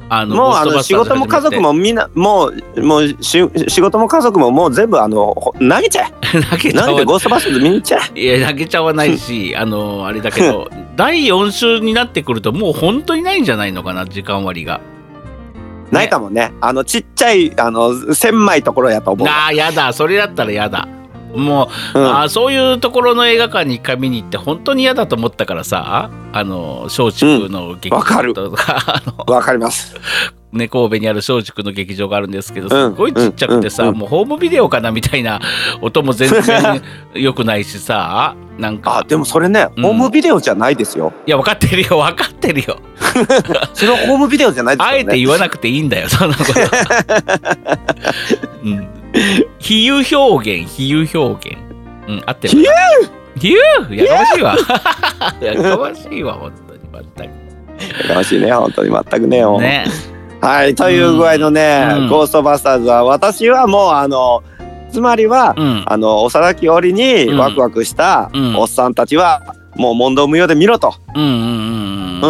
[SPEAKER 1] あの
[SPEAKER 2] もう
[SPEAKER 1] ゴース
[SPEAKER 2] あ
[SPEAKER 1] ト
[SPEAKER 2] の
[SPEAKER 1] バスタ
[SPEAKER 2] 仕
[SPEAKER 1] ーズ
[SPEAKER 2] 事も家族もみんな、もう、もうし仕事も家族ももう全部あの、ほ投げちゃえ
[SPEAKER 1] 始めて投 げちゃ
[SPEAKER 2] 投げて
[SPEAKER 1] わ
[SPEAKER 2] ゴーストバスターズ見に行っちゃ
[SPEAKER 1] いや投げちゃわないしあのあれだけど 第4週になってくるともう本当にないんじゃないのかな時間割が
[SPEAKER 2] えないかもねあのちっちゃいあの狭いところやと思うわ
[SPEAKER 1] あーやだそれだったらやだもう、
[SPEAKER 2] うん
[SPEAKER 1] あーそういうところの映画館に一回見に行って本当に嫌だと思ったからさあの松竹の劇
[SPEAKER 2] わかる
[SPEAKER 1] と か、あの
[SPEAKER 2] わかります
[SPEAKER 1] ね、神戸にある松竹の劇場があるんですけど
[SPEAKER 2] う
[SPEAKER 1] す
[SPEAKER 2] ん
[SPEAKER 1] ごいちっちゃくてさ、
[SPEAKER 2] うんうん
[SPEAKER 1] もうホームビデオかなみたいな音も全然良くないし さなん
[SPEAKER 2] あ
[SPEAKER 1] か
[SPEAKER 2] でもそれね、
[SPEAKER 1] うん
[SPEAKER 2] ホームビデオじゃないですよ
[SPEAKER 1] いや分かってるよ分かってるよ
[SPEAKER 2] それはホームビデオじゃないですよ
[SPEAKER 1] あ
[SPEAKER 2] ね
[SPEAKER 1] えて言わなくていいんだよそんなこと はうん、比喩表現比喩表現うん合ってる比喩やかましいわ やかましいわ本当に
[SPEAKER 2] やかましいね本当に全くね
[SPEAKER 1] 全
[SPEAKER 2] も
[SPEAKER 1] く
[SPEAKER 2] う
[SPEAKER 1] ね
[SPEAKER 2] はいという具合のね、
[SPEAKER 1] うん
[SPEAKER 2] ゴーストバスターズは私はもうあのつまりは、
[SPEAKER 1] うん
[SPEAKER 2] あの幼き折に
[SPEAKER 1] うん
[SPEAKER 2] ワクワクした
[SPEAKER 1] うん
[SPEAKER 2] おっさんたちは、もう問答無用で見ろと
[SPEAKER 1] うんうんうんうん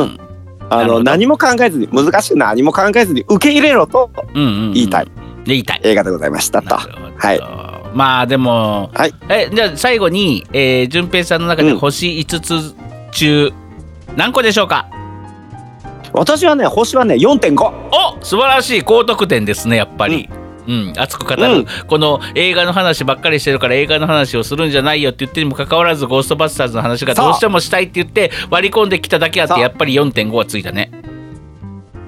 [SPEAKER 1] な
[SPEAKER 2] あ
[SPEAKER 1] るほど
[SPEAKER 2] の何も考えずに難しく何も考えずに受け入れろと
[SPEAKER 1] うんうんうん
[SPEAKER 2] 言いたい
[SPEAKER 1] 言いたい
[SPEAKER 2] 映画でございましたと
[SPEAKER 1] な。るほどまあでも、
[SPEAKER 2] はい
[SPEAKER 1] えじゃあ最後に、えー、順平さんの中で
[SPEAKER 2] うん
[SPEAKER 1] 星5つ中何個でしょうか、
[SPEAKER 2] 私はね星はね4.5
[SPEAKER 1] お素晴らしい高得点ですねやっぱり。うん熱く語る、
[SPEAKER 2] うん
[SPEAKER 1] この映画の話ばっかりしてるから映画の話をするんじゃないよって言ってにもかかわらず「ゴーストバスターズ」の話が
[SPEAKER 2] そう
[SPEAKER 1] どうしてもしたいって言って割り込んできただけあって
[SPEAKER 2] そう
[SPEAKER 1] やっぱり4.5はついたね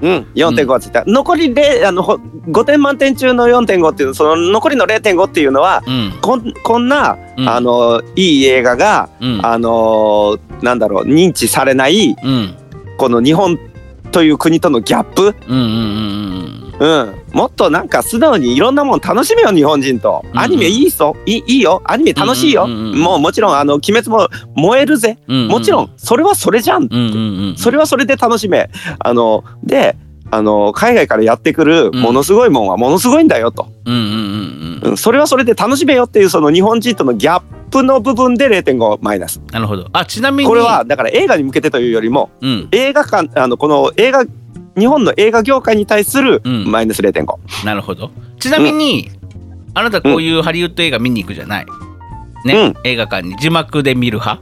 [SPEAKER 2] うん4.5はついた、残り0あのほ5点満点中の4.5っていうその残りの0.5っていうのは
[SPEAKER 1] うん、
[SPEAKER 2] こんこんな、
[SPEAKER 1] うん、
[SPEAKER 2] あのいい映画が、
[SPEAKER 1] うん
[SPEAKER 2] あのなんだろう認知されない
[SPEAKER 1] うん
[SPEAKER 2] この日本という国とのギャップ、
[SPEAKER 1] うんうんうん
[SPEAKER 2] うん、もっとなんか素直にいろんなもん楽しめよ日本人と、
[SPEAKER 1] うん
[SPEAKER 2] アニメいいぞいいいいよアニメ楽しいよ、
[SPEAKER 1] うんうんうんうん
[SPEAKER 2] もうもちろんあの鬼滅も燃えるぜ
[SPEAKER 1] うんうん
[SPEAKER 2] もちろんそれはそれじゃん、
[SPEAKER 1] うんうんうん
[SPEAKER 2] それはそれで楽しめあのであの海外からやってくる
[SPEAKER 1] うん
[SPEAKER 2] ものすごいもんはものすごいんだよと、
[SPEAKER 1] うんうんうんう
[SPEAKER 2] うんん、それはそれで楽しめよっていうその日本人とのギャップの部分で0.5マイナス
[SPEAKER 1] なるほどあちなみに
[SPEAKER 2] これはだから映画に向けてというよりも
[SPEAKER 1] うん
[SPEAKER 2] 映画館あのこの映画日本の映画業界に対する
[SPEAKER 1] うん
[SPEAKER 2] マイナス0.5、
[SPEAKER 1] なるほどちなみに、あなたこういうハリウッド映画見に行くじゃないね、映画館に字幕で見る派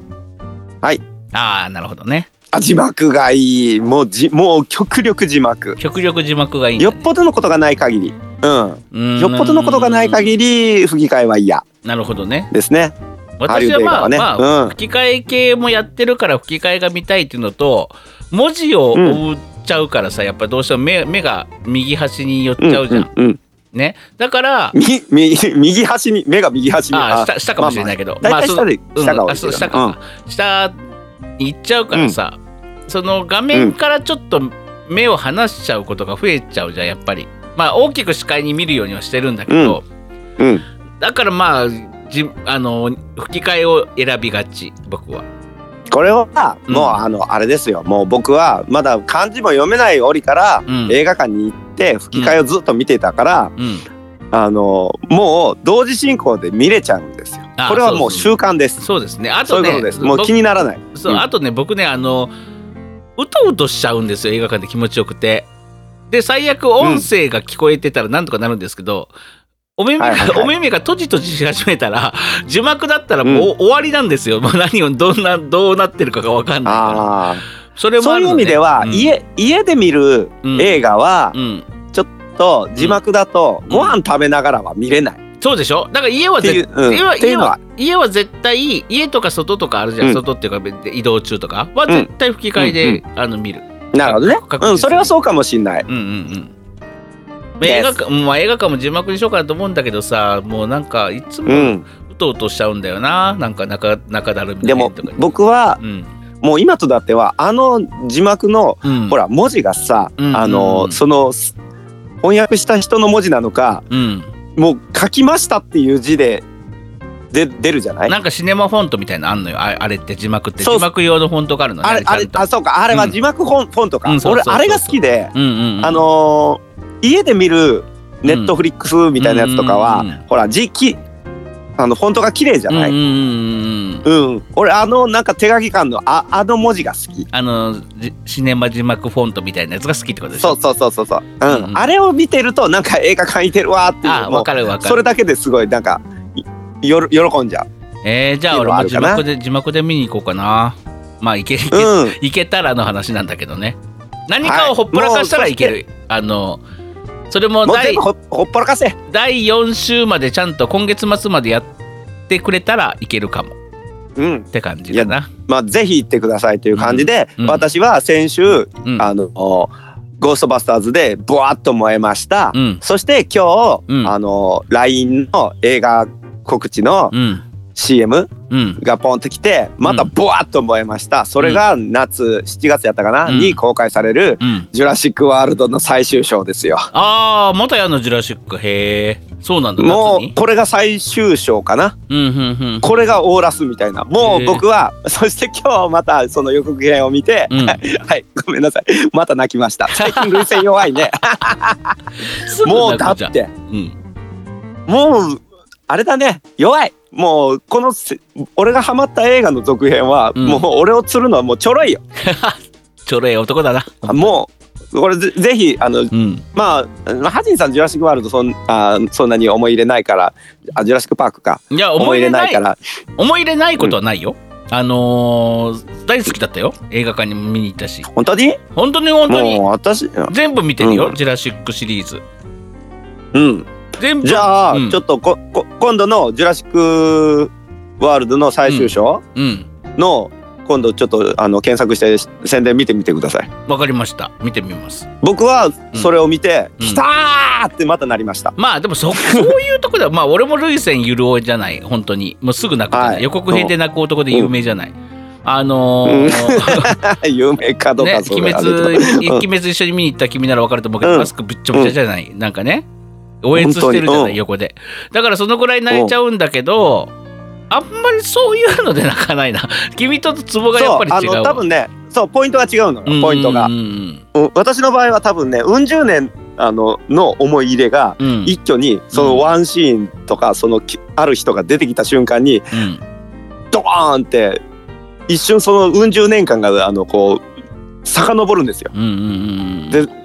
[SPEAKER 2] はい
[SPEAKER 1] ああなるほどね
[SPEAKER 2] あ字幕がいいもうじもう極力字幕
[SPEAKER 1] 極力字幕がいいんだ
[SPEAKER 2] よ
[SPEAKER 1] ね
[SPEAKER 2] っぽどのことがない限りうん
[SPEAKER 1] うん
[SPEAKER 2] よっぽどのことがない限り吹き替えは嫌
[SPEAKER 1] なるほどね
[SPEAKER 2] ですねハリウ
[SPEAKER 1] 私
[SPEAKER 2] ッ
[SPEAKER 1] は
[SPEAKER 2] ド映画
[SPEAKER 1] まあ、
[SPEAKER 2] はね
[SPEAKER 1] まあ
[SPEAKER 2] うん
[SPEAKER 1] 吹き替え系もやってるから吹き替えが見たいっていうのと文字を追っちゃうからさ、やっぱどうしても目目が右端に寄っちゃうじゃん、
[SPEAKER 2] うんうん
[SPEAKER 1] ねだから
[SPEAKER 2] み右右端に目が右端に
[SPEAKER 1] ああ下下かもしれないけど、
[SPEAKER 2] 大体
[SPEAKER 1] そ
[SPEAKER 2] 下で
[SPEAKER 1] うん
[SPEAKER 2] 下が多
[SPEAKER 1] あ
[SPEAKER 2] いけ
[SPEAKER 1] そ
[SPEAKER 2] ど
[SPEAKER 1] う下か、下に行っちゃうからさ、その画
[SPEAKER 2] うん
[SPEAKER 1] 面からちょっと目を離しちゃうことが増えちゃうじゃんやっぱりまあ大きく視界に見るようにはしてるんだけど、
[SPEAKER 2] うんうん
[SPEAKER 1] だからまあじあの吹き替えを選びがち僕は
[SPEAKER 2] これは
[SPEAKER 1] うん
[SPEAKER 2] もうあのあれですよもう僕はまだ漢字も読めない折から
[SPEAKER 1] うん
[SPEAKER 2] 映画館に行って吹き替えをずっと見てたから、
[SPEAKER 1] うん
[SPEAKER 2] あのもう同時進行で見れちゃうんですよ
[SPEAKER 1] あ
[SPEAKER 2] これはもう習慣です
[SPEAKER 1] そうですねあ
[SPEAKER 2] そ
[SPEAKER 1] と
[SPEAKER 2] ういうこ
[SPEAKER 1] ね
[SPEAKER 2] とですもう
[SPEAKER 1] 僕
[SPEAKER 2] 気にならない
[SPEAKER 1] そう
[SPEAKER 2] うん
[SPEAKER 1] あとね僕ねあのうとうとしちゃうんですよ映画館で気持ちよくてで最悪音声が聞こえてたらなんとかなるんですけど、お耳が、
[SPEAKER 2] はいはい はい
[SPEAKER 1] お耳が閉じ閉じし始めたら字幕だったらもう、お終わりなんですよもう何をどんなどうなってるかが分かんないか
[SPEAKER 2] あ
[SPEAKER 1] らそれ
[SPEAKER 2] あ
[SPEAKER 1] も
[SPEAKER 2] そ
[SPEAKER 1] あ
[SPEAKER 2] う
[SPEAKER 1] る
[SPEAKER 2] いう意
[SPEAKER 1] の、ね、
[SPEAKER 2] 味では、
[SPEAKER 1] うん
[SPEAKER 2] 家家で見る
[SPEAKER 1] うん
[SPEAKER 2] 映画は
[SPEAKER 1] うん、
[SPEAKER 2] と字幕だとご飯食べながらは見れないっ
[SPEAKER 1] そうでしょだから家は
[SPEAKER 2] てい
[SPEAKER 1] 絶
[SPEAKER 2] う,、うん、
[SPEAKER 1] 家は
[SPEAKER 2] っていうのは
[SPEAKER 1] 家は絶対家とか外とかあるじゃん、
[SPEAKER 2] うん
[SPEAKER 1] 外っていうか移動中とかは絶対吹き替えで、あの見る
[SPEAKER 2] なるほどね
[SPEAKER 1] 確実に
[SPEAKER 2] うんそれはそうかもしんない
[SPEAKER 1] うんうんうんまあ
[SPEAKER 2] です
[SPEAKER 1] 映画館まあ映画館も字幕にしようかなと思うんだけどさもうなんかいつ
[SPEAKER 2] う
[SPEAKER 1] も
[SPEAKER 2] ん
[SPEAKER 1] うとうとしちゃうんだよな、なんか中中だるみ
[SPEAKER 2] でも
[SPEAKER 1] とかに
[SPEAKER 2] 僕は
[SPEAKER 1] うん
[SPEAKER 2] もう今とだってはあの字幕の
[SPEAKER 1] うん
[SPEAKER 2] ほら文字がさ、
[SPEAKER 1] うん
[SPEAKER 2] あ
[SPEAKER 1] うんう
[SPEAKER 2] の
[SPEAKER 1] ん
[SPEAKER 2] そのす翻訳した人の文字なのか
[SPEAKER 1] うん
[SPEAKER 2] もう書きましたっていう字でで出るじゃない
[SPEAKER 1] なんかシネマフォントみたいなのあんのよああれって字幕って
[SPEAKER 2] そう
[SPEAKER 1] 字幕用のフォントがあるのね
[SPEAKER 2] あれあれ
[SPEAKER 1] ちゃん
[SPEAKER 2] あ
[SPEAKER 1] と
[SPEAKER 2] そうかあれは字幕フォン,、フォンとか、
[SPEAKER 1] うんそうそう
[SPEAKER 2] 俺
[SPEAKER 1] そう
[SPEAKER 2] あれが好きで、
[SPEAKER 1] うんうんうん
[SPEAKER 2] あのー家で見るネットフリックスみたいなやつとかは、
[SPEAKER 1] うんうんうん
[SPEAKER 2] ほら字きあのフォントが綺麗じゃ
[SPEAKER 1] うんう
[SPEAKER 2] なんい、
[SPEAKER 1] うんうん
[SPEAKER 2] うん俺あのなんか手書き感のああの文字が好き
[SPEAKER 1] あのじシネマ字幕フォントみたいなやつが好きってことでし
[SPEAKER 2] そ
[SPEAKER 1] ょ
[SPEAKER 2] うそうそうそうそう、うん
[SPEAKER 1] うんうん
[SPEAKER 2] あれを見てるとなんか映画館いてるわーってい
[SPEAKER 1] あ
[SPEAKER 2] うも
[SPEAKER 1] わ
[SPEAKER 2] う
[SPEAKER 1] かるわかる
[SPEAKER 2] それだけですごいなんかいよろ喜んじゃう
[SPEAKER 1] えー、じゃあ俺も字幕で字幕で見に行こうかなまあいけいけ
[SPEAKER 2] うん
[SPEAKER 1] いけたらの話なんだけどね何かをほっぽらかしたらいける、あの それも
[SPEAKER 2] もう全
[SPEAKER 1] 第
[SPEAKER 2] 部ほほっぽらかせ
[SPEAKER 1] 第4週までちゃんと今月末までやってくれたらいけるかも
[SPEAKER 2] うん
[SPEAKER 1] って感じだな。
[SPEAKER 2] まあぜひ行ってくださいという感じで、
[SPEAKER 1] うんうん
[SPEAKER 2] 私は先週、
[SPEAKER 1] うん
[SPEAKER 2] あのおゴーストバスターズでブワッと燃えました、
[SPEAKER 1] うん
[SPEAKER 2] そして今日、
[SPEAKER 1] うん
[SPEAKER 2] あの LINE の映画告知の
[SPEAKER 1] うん
[SPEAKER 2] CM
[SPEAKER 1] うん
[SPEAKER 2] がポンってきてまたブワッと燃えました、それが夏7月やったかな、
[SPEAKER 1] うん
[SPEAKER 2] に公開される
[SPEAKER 1] うん
[SPEAKER 2] 「ジュラシック・ワールド」の最終章ですよ。
[SPEAKER 1] ああまたやんのジュラシックへえそうなんだ
[SPEAKER 2] も
[SPEAKER 1] 夏に
[SPEAKER 2] うこれが最終章かな
[SPEAKER 1] うんうんうん
[SPEAKER 2] これがオーラスみたいなも
[SPEAKER 1] へ
[SPEAKER 2] う
[SPEAKER 1] え
[SPEAKER 2] 僕は、そして今日またその予告編を見て、
[SPEAKER 1] うん
[SPEAKER 2] はいごめんなさいまた泣きました最近涙腺弱いね
[SPEAKER 1] すぐ
[SPEAKER 2] もうだ
[SPEAKER 1] 泣く
[SPEAKER 2] っ
[SPEAKER 1] じゃん
[SPEAKER 2] て
[SPEAKER 1] うん
[SPEAKER 2] もうあれだね弱いもうこのせ俺がハマった映画の続編は、
[SPEAKER 1] うん
[SPEAKER 2] もう俺を釣るのはもうちょろいよ
[SPEAKER 1] ちょろい男だな
[SPEAKER 2] もうこれぜぜひあの
[SPEAKER 1] うん
[SPEAKER 2] まあハジンさん「ジュラシック・ワールドそんあそんなに思い入れないからあ「ジュラシック・パークか」
[SPEAKER 1] いや
[SPEAKER 2] 思
[SPEAKER 1] 思
[SPEAKER 2] い
[SPEAKER 1] い入
[SPEAKER 2] 入れ
[SPEAKER 1] れ
[SPEAKER 2] な
[SPEAKER 1] ないい
[SPEAKER 2] から
[SPEAKER 1] 思い入れないことはないよ、あのー、大好きだったよ映画館にも見に行ったし
[SPEAKER 2] 本当に
[SPEAKER 1] 本当に本当に
[SPEAKER 2] もう私
[SPEAKER 1] 全部見てるよ、
[SPEAKER 2] うん
[SPEAKER 1] ジュラシックシリーズ
[SPEAKER 2] うん
[SPEAKER 1] 全部
[SPEAKER 2] じゃあ、
[SPEAKER 1] うん
[SPEAKER 2] ちょっとここ今度の「ジュラシック・ワールド」の最終章
[SPEAKER 1] うん
[SPEAKER 2] の、今度ちょっとあの検索してし宣伝見てみてください
[SPEAKER 1] わかりました見てみます
[SPEAKER 2] 僕はそれを見て「
[SPEAKER 1] うん
[SPEAKER 2] きたー!」ってまたなりました、
[SPEAKER 1] まあでもそ そういうとこではまあ俺も涙腺ゆるおいじゃない本当にもうすぐ泣くじゃない、
[SPEAKER 2] はい
[SPEAKER 1] 予告編で泣く男で有名じゃない、あのー
[SPEAKER 2] うん 有名かどう
[SPEAKER 1] ね、鬼
[SPEAKER 2] かそれは
[SPEAKER 1] 滅
[SPEAKER 2] あれだけど、うん
[SPEAKER 1] 鬼滅一緒に見に行った君ならわかると思うけど、
[SPEAKER 2] うん
[SPEAKER 1] マスクぶっちょぶちょじゃない、なんかね応援してるじゃ
[SPEAKER 2] 本当
[SPEAKER 1] な
[SPEAKER 2] にう
[SPEAKER 1] い
[SPEAKER 2] ん
[SPEAKER 1] 横でだからそのぐらい泣いちゃうんだけどあんまりそういうので泣かないな君とツボがやっ
[SPEAKER 2] そう
[SPEAKER 1] ぱり
[SPEAKER 2] あ
[SPEAKER 1] 違うわ
[SPEAKER 2] の多分ねそうポイントが違うのよポイントが
[SPEAKER 1] うん、うん
[SPEAKER 2] うん私の場合は多分ねうん十年あのの思い入れが
[SPEAKER 1] うんうん
[SPEAKER 2] 一挙にそのワンシーンとか、そのきある人が出てきた瞬間に
[SPEAKER 1] うん
[SPEAKER 2] ドーンって一瞬そのうん十年間があのこう遡るんですよ
[SPEAKER 1] うんうんうん
[SPEAKER 2] で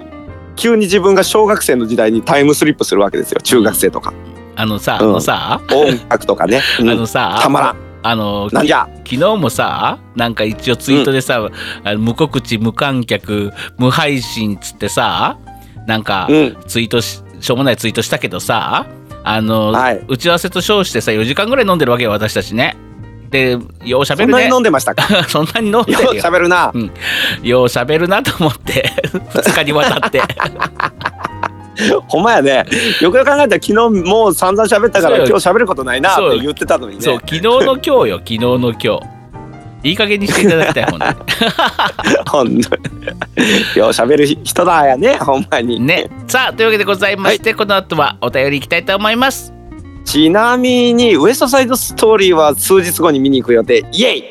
[SPEAKER 2] 急に自分が小学生の時代にタイムスリップするわけですよ中学生とか
[SPEAKER 1] あのさ、
[SPEAKER 2] うん
[SPEAKER 1] あのさ、
[SPEAKER 2] 音楽とかね、うん
[SPEAKER 1] あのさ
[SPEAKER 2] たまらん
[SPEAKER 1] あの
[SPEAKER 2] なんじゃ
[SPEAKER 1] 昨日もさなんか一応ツイートでさ、あの無告知無観客無配信っつってさなんか
[SPEAKER 2] うん
[SPEAKER 1] ツイートししょうもないツイートしたけどさあの、
[SPEAKER 2] はい
[SPEAKER 1] 打ち合わせと称してさ4時間ぐらい飲んでるわけよ私たちね。でようしゃべ
[SPEAKER 2] そん
[SPEAKER 1] る
[SPEAKER 2] な
[SPEAKER 1] ね
[SPEAKER 2] に飲んでましたか
[SPEAKER 1] そんなに飲んで
[SPEAKER 2] よ
[SPEAKER 1] るよ
[SPEAKER 2] う喋るな
[SPEAKER 1] ようしゃべるなと思って 2日にわた って
[SPEAKER 2] ほんまやねよくよく考えたら昨日もう散々喋ったか
[SPEAKER 1] そ
[SPEAKER 2] ら
[SPEAKER 1] うよ
[SPEAKER 2] 今日喋ることないなって言ってたのに
[SPEAKER 1] そう
[SPEAKER 2] ね
[SPEAKER 1] 昨日の今日よ昨日の今日いい加減にしていただきたいほんと
[SPEAKER 2] ほんとによう喋る人だやねほんまに
[SPEAKER 1] にねさあというわけでございまして、この後はお便りいきたいと思います
[SPEAKER 2] ちなみにウエストサイドストーリーは数日後に見に行く予定イエイ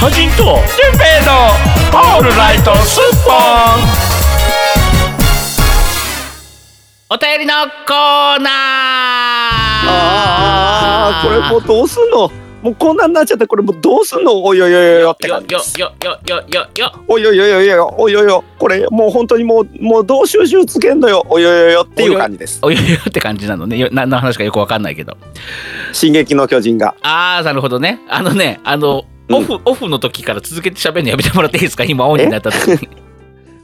[SPEAKER 1] ハジンとテンペイのオールライトスッポンお便りのコーナー
[SPEAKER 2] あーこれもうどうすんのもうこんなんなっちゃったこれもうどうすんのおいおいおいおいおいって
[SPEAKER 1] よ
[SPEAKER 2] 感じで
[SPEAKER 1] よ
[SPEAKER 2] す
[SPEAKER 1] よよよよよ
[SPEAKER 2] おいおいおいおいおいおいおいおいこれもう本当にもうもうどう収集つけんのよおいおいおいおいっていう感じです
[SPEAKER 1] およよって感じなのねよ何の話かよくわかんないけど
[SPEAKER 2] 進撃の巨人が
[SPEAKER 1] ああなるほどねあのねあの
[SPEAKER 2] うん
[SPEAKER 1] オフ、オフの時から続けて喋るのやめてもらっていいですか今オンになった時に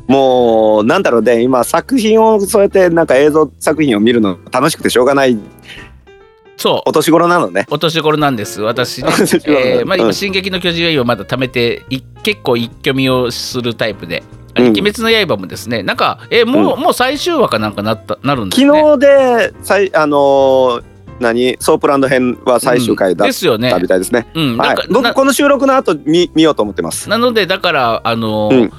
[SPEAKER 2] もうなんだろうね今作品をそうやってなんか映像作品を見るの楽しくてしょうがない
[SPEAKER 1] そう
[SPEAKER 2] お年頃なのね
[SPEAKER 1] お年頃なんです私ね
[SPEAKER 2] お年頃なんだ
[SPEAKER 1] えーまあ、
[SPEAKER 2] う
[SPEAKER 1] 今「
[SPEAKER 2] ん
[SPEAKER 1] 進撃の巨人」は今まだ貯めてい結構一挙見をするタイプで「あ
[SPEAKER 2] うん
[SPEAKER 1] 鬼滅の刃」もですねなんか、えーもうもう最終話かなんかなったなるんです、
[SPEAKER 2] 昨
[SPEAKER 1] ね、
[SPEAKER 2] 日で最あのー何ソープランド編は最終回だ
[SPEAKER 1] うん
[SPEAKER 2] っ
[SPEAKER 1] ですよね
[SPEAKER 2] たみ、たいですね。
[SPEAKER 1] うんな
[SPEAKER 2] は
[SPEAKER 1] ん
[SPEAKER 2] い
[SPEAKER 1] か、な
[SPEAKER 2] 僕この収録の後見見ようと思ってます。
[SPEAKER 1] なのでだからあのー
[SPEAKER 2] うん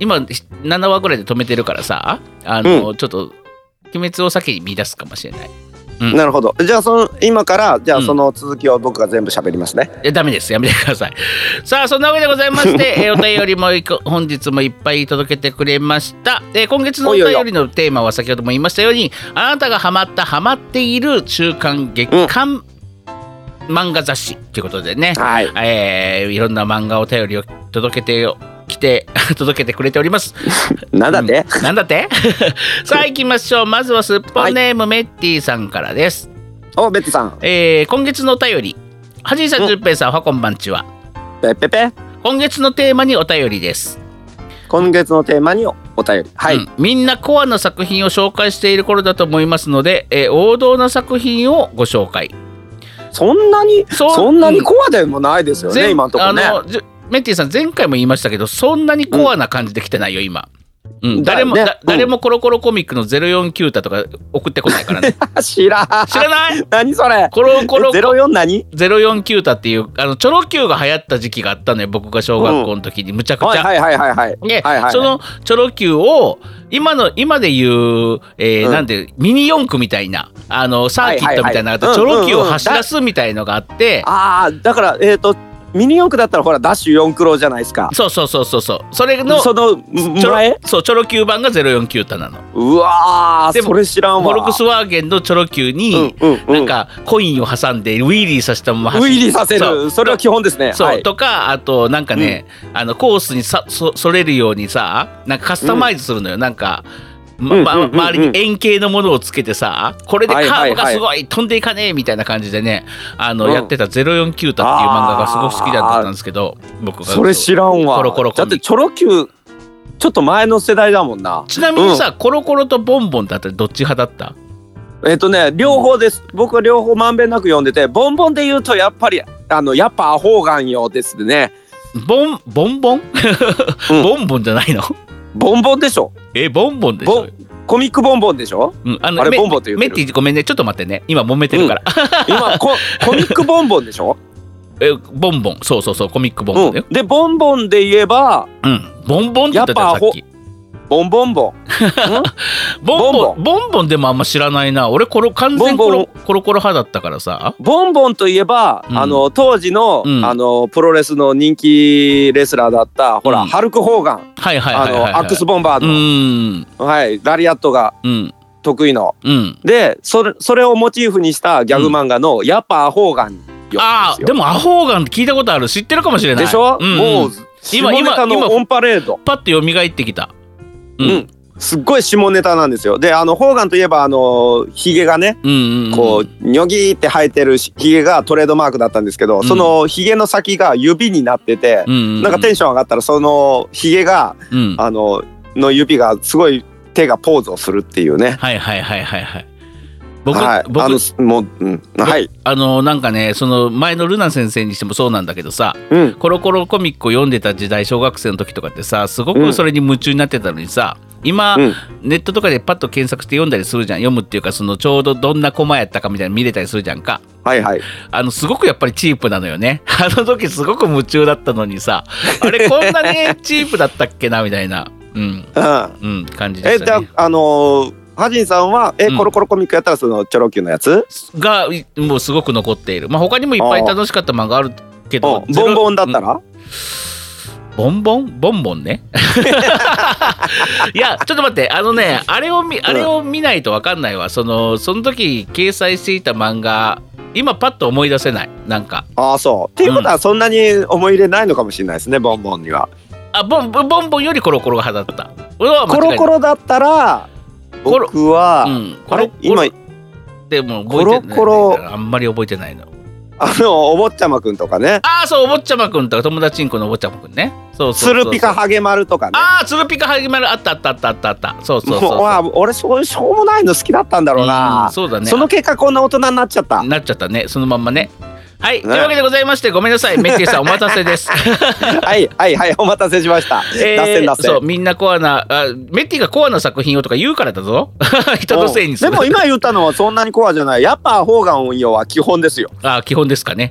[SPEAKER 1] 今ひ7話ぐらいで止めてるからさあのーちょっと「鬼滅」を先に見出すかもしれないうん
[SPEAKER 2] なるほど。じゃあその今からじゃあ
[SPEAKER 1] うん
[SPEAKER 2] その続きを僕が全部喋りま すね。
[SPEAKER 1] いやダメですやめてください さあそんなわけでございまして、えーお便りもいく本日もいっぱい届けてくれました、えー今月のお
[SPEAKER 2] おいおいお
[SPEAKER 1] 便りのテーマは先ほども言いましたようにあなたがハマったハマっている中間月間漫画雑誌ということでね、
[SPEAKER 2] はい。
[SPEAKER 1] えーいろんな漫画お便りを届けてきて 届けてくれております
[SPEAKER 2] なんだって、
[SPEAKER 1] なんだって さあ行きましょうまずはすっぽんネーム、メッティさんからです
[SPEAKER 2] おベッツさん。
[SPEAKER 1] えー今月のお便りはじいさんじゅんぺいさんおはこんばんちは
[SPEAKER 2] ペッペペ。
[SPEAKER 1] 今月のテーマにお便りです
[SPEAKER 2] 今月のテーマにおお便りはい、
[SPEAKER 1] うんみんなコアな作品を紹介している頃だと思いますので、えー王道な作品をご紹介
[SPEAKER 2] そんなに
[SPEAKER 1] そ
[SPEAKER 2] そんなにコアでもないですよね、
[SPEAKER 1] 前
[SPEAKER 2] 今のところね
[SPEAKER 1] あのじゅメッティさん前回も言いましたけどそんなにコアな感じできてないよ今、うん、
[SPEAKER 2] だ
[SPEAKER 1] 誰
[SPEAKER 2] よ
[SPEAKER 1] も、
[SPEAKER 2] ね
[SPEAKER 1] だ
[SPEAKER 2] うん
[SPEAKER 1] 誰もコロコロコミックの049太とか送ってこないからね
[SPEAKER 2] 知らん
[SPEAKER 1] 知ら ない
[SPEAKER 2] 何それ
[SPEAKER 1] コロコロ
[SPEAKER 2] ゼロ四何
[SPEAKER 1] 049太っていうあのチョロ Q が流行った時期があったのよ僕が小学校の時にむちゃくちゃ、
[SPEAKER 2] はいはいはいはいはい
[SPEAKER 1] で、
[SPEAKER 2] はいはい
[SPEAKER 1] そのチョロ Q を今の今で言う、えー
[SPEAKER 2] うん
[SPEAKER 1] なんでミニ四駆みたいなあのサーキットみたいなのがあって
[SPEAKER 2] はいはいはい
[SPEAKER 1] チョロ Q を走らすみたいのがあって、
[SPEAKER 2] ああだからえっ、とミニ四駆だったらほらダッシュ四クロじゃないですか
[SPEAKER 1] そうそうそうそうそうそれの
[SPEAKER 2] その
[SPEAKER 1] チョ
[SPEAKER 2] 前
[SPEAKER 1] ロそうチョロ Q 版が049タなの
[SPEAKER 2] うわ
[SPEAKER 1] で
[SPEAKER 2] ー
[SPEAKER 1] も
[SPEAKER 2] それ知らん
[SPEAKER 1] フォ
[SPEAKER 2] わ
[SPEAKER 1] ルクスワーゲンのチョロ Q に、
[SPEAKER 2] うんうんうん
[SPEAKER 1] なんかコインを挟んでウィーリーさせたまま
[SPEAKER 2] ウ
[SPEAKER 1] 走る
[SPEAKER 2] ィリーさせ
[SPEAKER 1] そう
[SPEAKER 2] るそれは基本ですね
[SPEAKER 1] そう、
[SPEAKER 2] はい
[SPEAKER 1] とかあとなんかね、あのコースにさそそれるようにさなんかカスタマイズするのよ、なんか。ま
[SPEAKER 2] うん
[SPEAKER 1] ま
[SPEAKER 2] うんうんうん
[SPEAKER 1] 周りに円形のものをつけてさこれでカーブがすごい,、
[SPEAKER 2] は
[SPEAKER 1] 飛んでいかねえみたいな感じでねあの、
[SPEAKER 2] うん
[SPEAKER 1] やってた「049太」っていう漫画がすごく好きだったんですけど僕が
[SPEAKER 2] それ知らんわ
[SPEAKER 1] コロコロコ
[SPEAKER 2] だ
[SPEAKER 1] ミ
[SPEAKER 2] ってチョロ Q ちょっと前の世代だもんな
[SPEAKER 1] ちなみにさ、コロコロとボンボンだったらどっち派だった
[SPEAKER 2] えっ、とね両方です僕は両方まんべんなく読んでてボンボンで言うとやっぱりあのやっぱアホーガンよですね
[SPEAKER 1] ボンボンボン、
[SPEAKER 2] うん
[SPEAKER 1] ボンボンじゃないの
[SPEAKER 2] ボンボンでしょ
[SPEAKER 1] えボンボンでし
[SPEAKER 2] ボ
[SPEAKER 1] ょ
[SPEAKER 2] ン、コミックボンボンでしょ
[SPEAKER 1] うん、あ
[SPEAKER 2] あれ
[SPEAKER 1] メ
[SPEAKER 2] ボンボンって言っ
[SPEAKER 1] メ
[SPEAKER 2] てる
[SPEAKER 1] ッティごめんねちょっと待ってね今揉めてるから、
[SPEAKER 2] 今ココミックボンボンでしょ、
[SPEAKER 1] えボンボンそうそうそうコミックボンボ
[SPEAKER 2] う
[SPEAKER 1] ンだよ
[SPEAKER 2] ん、、でボンボンで言えば
[SPEAKER 1] うん、ボンボンって言ったじゃん
[SPEAKER 2] やっ
[SPEAKER 1] さ
[SPEAKER 2] ぱ
[SPEAKER 1] っき
[SPEAKER 2] ボンボン ボン
[SPEAKER 1] ボンボン
[SPEAKER 2] ボン
[SPEAKER 1] ボンボンでもあんま知らないな俺コロ完全コロ
[SPEAKER 2] ボン
[SPEAKER 1] コロコロ派だったからさ
[SPEAKER 2] ボンボンといえば、
[SPEAKER 1] うん
[SPEAKER 2] あの当時の、
[SPEAKER 1] うん
[SPEAKER 2] あのプロレスの人気レスラーだったほら、
[SPEAKER 1] うん
[SPEAKER 2] ハルク・ホーガン、
[SPEAKER 1] はいはいはいはい、はい、
[SPEAKER 2] あのアックスボンバー
[SPEAKER 1] う
[SPEAKER 2] の、
[SPEAKER 1] ん
[SPEAKER 2] はい、ラリアットが
[SPEAKER 1] うん
[SPEAKER 2] 得意の
[SPEAKER 1] うん
[SPEAKER 2] でそれそれをモチーフにしたギャグ漫画の「やっぱアホーガンよ」
[SPEAKER 1] ああ
[SPEAKER 2] です
[SPEAKER 1] で
[SPEAKER 2] よ
[SPEAKER 1] もアホーガンって聞いたことある知ってるかもしれない
[SPEAKER 2] でしょ、
[SPEAKER 1] うんう
[SPEAKER 2] もうん下
[SPEAKER 1] 今
[SPEAKER 2] ネタ
[SPEAKER 1] 今
[SPEAKER 2] の
[SPEAKER 1] 今
[SPEAKER 2] オンパレード
[SPEAKER 1] パッとよみがえってきたう
[SPEAKER 2] うん
[SPEAKER 1] ん
[SPEAKER 2] すっごい下ネタなんですよであのホーガンといえばあのひげがね
[SPEAKER 1] うんうん
[SPEAKER 2] こうニョギーって生えてるひげがトレードマークだったんですけど、
[SPEAKER 1] ん
[SPEAKER 2] そのひげの先が指になってて、
[SPEAKER 1] うんうん
[SPEAKER 2] なんかテンション上がったらそのひげが
[SPEAKER 1] うん
[SPEAKER 2] あのの指がすごい手がポーズをするっていうね。
[SPEAKER 1] はいはいはいはいはい僕、
[SPEAKER 2] はい、
[SPEAKER 1] 僕
[SPEAKER 2] あのもう、うん、はい、
[SPEAKER 1] あのなんかねその前のルナ先生にしてもそうなんだけどさ
[SPEAKER 2] うん、
[SPEAKER 1] コロコロコミックを読んでた時代小学生の時とかってさすご
[SPEAKER 2] う
[SPEAKER 1] く
[SPEAKER 2] ん
[SPEAKER 1] それに夢中になってたのにさ今、
[SPEAKER 2] うん
[SPEAKER 1] ネットとかでパッと検索して読んだりするじゃん読むっていうかそのちょうどどんなコマやったかみたいなの見れたりするじゃんか
[SPEAKER 2] はいはい。
[SPEAKER 1] あのすごくやっぱりチープなのよね あの時すごく夢中だったのにさあれこんなにチープだったっけなみたいなうん
[SPEAKER 2] うん、
[SPEAKER 1] うん感じで
[SPEAKER 2] え
[SPEAKER 1] し
[SPEAKER 2] じゃ
[SPEAKER 1] た
[SPEAKER 2] あ
[SPEAKER 1] ね
[SPEAKER 2] あのーハジンさんはえ、
[SPEAKER 1] うん
[SPEAKER 2] コロコロコミックやったらそのチョロ Q のやつ、
[SPEAKER 1] がいもうすごく残っているまあ他にもいっぱい楽しかった漫画あるけど
[SPEAKER 2] うん、ボンボンだった
[SPEAKER 1] ら
[SPEAKER 2] ら、
[SPEAKER 1] ボンボンボンボンね。 いやちょっと待ってあのねあれを見あれを見ないとわかんないわそのその時掲載していた漫画今パッと思い出せないなんか
[SPEAKER 2] ああそう。っていうことはそんなに思い入れないのかもしれないですね、ボンボンには。
[SPEAKER 1] あボンボンボンボンよりコロコロ派だった俺は間違
[SPEAKER 2] コロ
[SPEAKER 1] いない
[SPEAKER 2] コロだったら
[SPEAKER 1] コロ
[SPEAKER 2] 僕は、
[SPEAKER 1] うんコ
[SPEAKER 2] あ
[SPEAKER 1] ロ
[SPEAKER 2] れ
[SPEAKER 1] コロ
[SPEAKER 2] 今
[SPEAKER 1] でも覚えてない
[SPEAKER 2] コロコロ
[SPEAKER 1] あんまり覚えてないの
[SPEAKER 2] あのお坊ちゃまくんとかね
[SPEAKER 1] ああそうお坊ちゃまくんとか友達んこのお坊ちゃまくんねそうそうそう
[SPEAKER 2] つるぴかハゲマルとかね
[SPEAKER 1] ああつるぴか始まるあったあったあったあったあったそうそうそう
[SPEAKER 2] もうわあ俺そういうしょうもないの好きだったんだろうな、
[SPEAKER 1] うんそうだね
[SPEAKER 2] その結果こんな大人になっちゃった
[SPEAKER 1] なっちゃったねそのまんまねはい、
[SPEAKER 2] ね
[SPEAKER 1] というわけでございましてごめんなさいメッティさんお待たせ です、
[SPEAKER 2] はいはいはいお待たせしました、
[SPEAKER 1] えー
[SPEAKER 2] 脱線脱線
[SPEAKER 1] そうみんなコアなあメッティがコアな作品をとか言うからだぞ 人のせいにす
[SPEAKER 2] う
[SPEAKER 1] る
[SPEAKER 2] んでも今言ったのはそんなにコアじゃないやっぱ方眼運用は基本ですよ
[SPEAKER 1] あ基本ですか ね、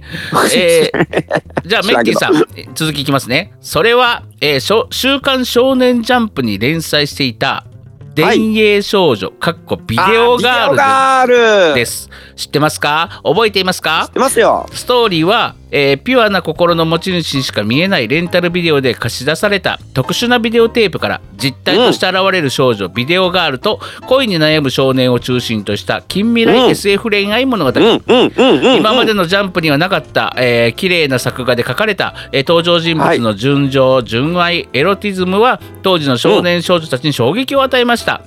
[SPEAKER 1] えーじゃあメッティさん続きいきますねそれは、えーしょ週刊少年ジャンプ」に連載していた「
[SPEAKER 2] はい
[SPEAKER 1] 電影少女」かっこビデオガールズ
[SPEAKER 2] あビデオガール
[SPEAKER 1] ですす知ってますか覚えていますか
[SPEAKER 2] 知ってますよ
[SPEAKER 1] ストーリーは、えーピュアな心の持ち主にしか見えないレンタルビデオで貸し出された特殊なビデオテープから実体として現れる少女、ビデオガールと恋に悩む少年を中心とした近未
[SPEAKER 2] う
[SPEAKER 1] 来
[SPEAKER 2] ん
[SPEAKER 1] SF 恋愛物語、
[SPEAKER 2] うんうんうんうん、うん、
[SPEAKER 1] 今までのジャンプにはなかった、えー綺麗な作画で書かれた、えー登場人物の純情、純愛エロティズムは当時の少年少女たちに衝撃を与えました、
[SPEAKER 2] はい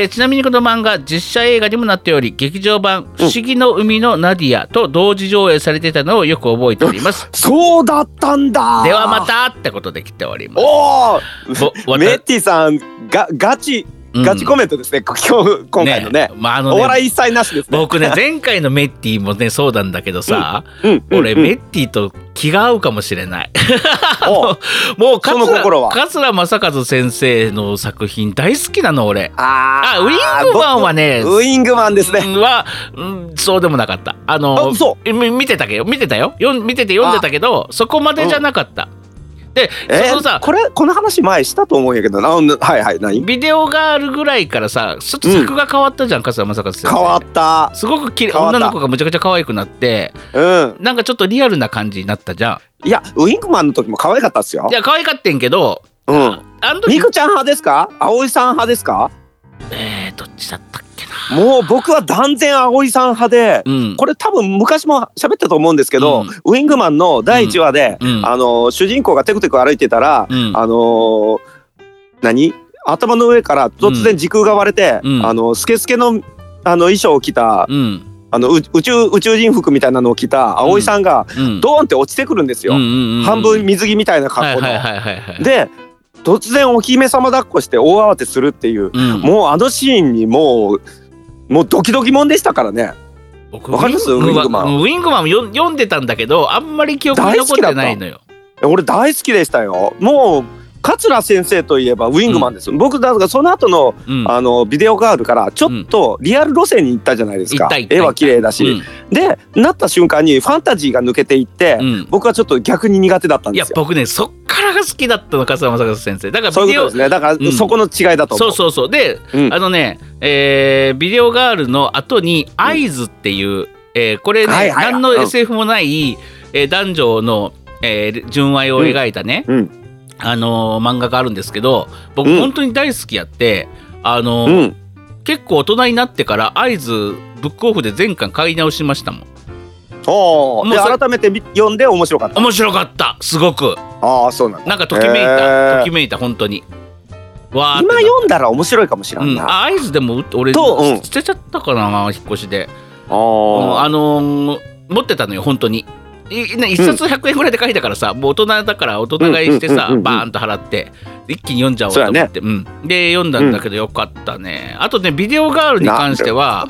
[SPEAKER 1] えーちなみにこの漫画実写映画にもなっており劇場版「不思議の海のナディア」と同時上映されていたのをよく覚えており ます。
[SPEAKER 2] そうだったんだ
[SPEAKER 1] ではまたってことで来ております。
[SPEAKER 2] お
[SPEAKER 1] ぼ
[SPEAKER 2] おメッティさんがガチ
[SPEAKER 1] うん
[SPEAKER 2] ガチコメントですね、今日今回のね
[SPEAKER 1] まああの
[SPEAKER 2] お
[SPEAKER 1] ね
[SPEAKER 2] 笑い一切なしですね
[SPEAKER 1] 僕ね前回のメッティもねそうなんだけどさ、
[SPEAKER 2] うんうん
[SPEAKER 1] 俺
[SPEAKER 2] うん
[SPEAKER 1] メッティと気が合うかもしれない
[SPEAKER 2] お
[SPEAKER 1] もう
[SPEAKER 2] その心は
[SPEAKER 1] 桂正和先生の作品大好きなの俺
[SPEAKER 2] あ
[SPEAKER 1] あ
[SPEAKER 2] ー
[SPEAKER 1] ウィングマンはね
[SPEAKER 2] 僕ウイングマンですね、
[SPEAKER 1] うんは、うん、そうでもなかったあの
[SPEAKER 2] あ嘘
[SPEAKER 1] み見てたけど見てたよよん見てて読んでたけどそこまでじゃなかった、で
[SPEAKER 2] え
[SPEAKER 1] その
[SPEAKER 2] ー、
[SPEAKER 1] さ
[SPEAKER 2] これこの話前したと思うんやけどなうんはいはい何
[SPEAKER 1] ビデオがあるぐらいからさちょっと作が変わったじゃん、桂正和先生
[SPEAKER 2] 変わった
[SPEAKER 1] すごくきれい
[SPEAKER 2] 変わった
[SPEAKER 1] 女の子がむちゃくちゃ可愛くなって
[SPEAKER 2] うん
[SPEAKER 1] なんかちょっとリアルな感じになったじゃ
[SPEAKER 2] いやウイングマンの時も可愛かったっすよ
[SPEAKER 1] んいや可愛かってんけど
[SPEAKER 2] うん
[SPEAKER 1] あの
[SPEAKER 2] ミ
[SPEAKER 1] 時
[SPEAKER 2] クちゃん派ですか葵さん派ですか
[SPEAKER 1] えー、どっちだったっけな
[SPEAKER 2] もう僕は断然葵さん派で、
[SPEAKER 1] うん
[SPEAKER 2] これ多分昔も喋ったと思うんですけど、
[SPEAKER 1] うん
[SPEAKER 2] ウィングマンの第1話で、
[SPEAKER 1] うんうん
[SPEAKER 2] あの主人公がテクテク歩いてたら、
[SPEAKER 1] うん
[SPEAKER 2] あのー何頭の上から突然時空が割れて、
[SPEAKER 1] うん
[SPEAKER 2] あのスケスケのあの衣装を着た、
[SPEAKER 1] うん
[SPEAKER 2] あのう宇宙宇宙人服みたいなのを着た葵さんが
[SPEAKER 1] うん
[SPEAKER 2] ドーンって落ちてくるんですよ、
[SPEAKER 1] うんうんうん
[SPEAKER 2] 半分水着みたいな格好の。
[SPEAKER 1] はいはいはいはいはい
[SPEAKER 2] で突然お姫様抱っこして大慌てするっていう
[SPEAKER 1] うん、
[SPEAKER 2] もうあのシーンにもうもうドキドキもんでしたからね
[SPEAKER 1] 僕
[SPEAKER 2] わかりますウィングマン
[SPEAKER 1] ウィングマンよ読んでたんだけどあんまり記憶に残ってないのよ
[SPEAKER 2] 俺大好きでしたよもう桂先生といえばウィングマンです、僕だからその後の、
[SPEAKER 1] うん
[SPEAKER 2] あのビデオガールからちょっとリアル路線に行ったじゃないです
[SPEAKER 1] 行
[SPEAKER 2] か
[SPEAKER 1] った行った
[SPEAKER 2] 絵は綺麗だし、
[SPEAKER 1] うん
[SPEAKER 2] でなった瞬間にファンタジーが抜けていって、
[SPEAKER 1] うん
[SPEAKER 2] 僕はちょっと逆に苦手だった
[SPEAKER 1] い
[SPEAKER 2] んで
[SPEAKER 1] や
[SPEAKER 2] すよ
[SPEAKER 1] 僕ねそっからが好きだったの笠間正和先生だから
[SPEAKER 2] そう
[SPEAKER 1] ビ
[SPEAKER 2] いう
[SPEAKER 1] デ
[SPEAKER 2] こと
[SPEAKER 1] オ
[SPEAKER 2] ですねだか
[SPEAKER 1] うん
[SPEAKER 2] らそこの違いだと思、
[SPEAKER 1] そううそうそうで、
[SPEAKER 2] うん
[SPEAKER 1] あのね、えービデオガールの後に「アイズっていう、えーこれね、
[SPEAKER 2] はいはいはい
[SPEAKER 1] 何の
[SPEAKER 2] うん
[SPEAKER 1] SF もない、えー男女の、えー純愛を描いたね、
[SPEAKER 2] うんうん
[SPEAKER 1] あのー漫画があるんですけど僕、
[SPEAKER 2] うん
[SPEAKER 1] 本当に大好きやって、あの
[SPEAKER 2] う
[SPEAKER 1] ー
[SPEAKER 2] ん
[SPEAKER 1] 結構大人になってから「アイズブックオフで全巻買い直しましたもん
[SPEAKER 2] おー
[SPEAKER 1] もうそれ
[SPEAKER 2] で改めて見読んで面白かった
[SPEAKER 1] 面白かったすごく
[SPEAKER 2] ああそうなんだ
[SPEAKER 1] なんかときめい
[SPEAKER 2] へ
[SPEAKER 1] た
[SPEAKER 2] ー
[SPEAKER 1] ときめいた本当にわーって
[SPEAKER 2] 今読んだら面白いかもしれ
[SPEAKER 1] うんん、
[SPEAKER 2] な、あ
[SPEAKER 1] あ合図でもう俺
[SPEAKER 2] とうん
[SPEAKER 1] 捨てちゃったかな引っ越しで、うん
[SPEAKER 2] ー
[SPEAKER 1] あのー持ってたのよ本当にいね一冊100円ぐらいで書いたからさ、もう大人だから大人買いしてさ、
[SPEAKER 2] うんうんうんうん
[SPEAKER 1] バーンと払って一気に読んじゃおうと思ってう、ん、で読んだんだけどよかったね、あとねビデオガールに関しては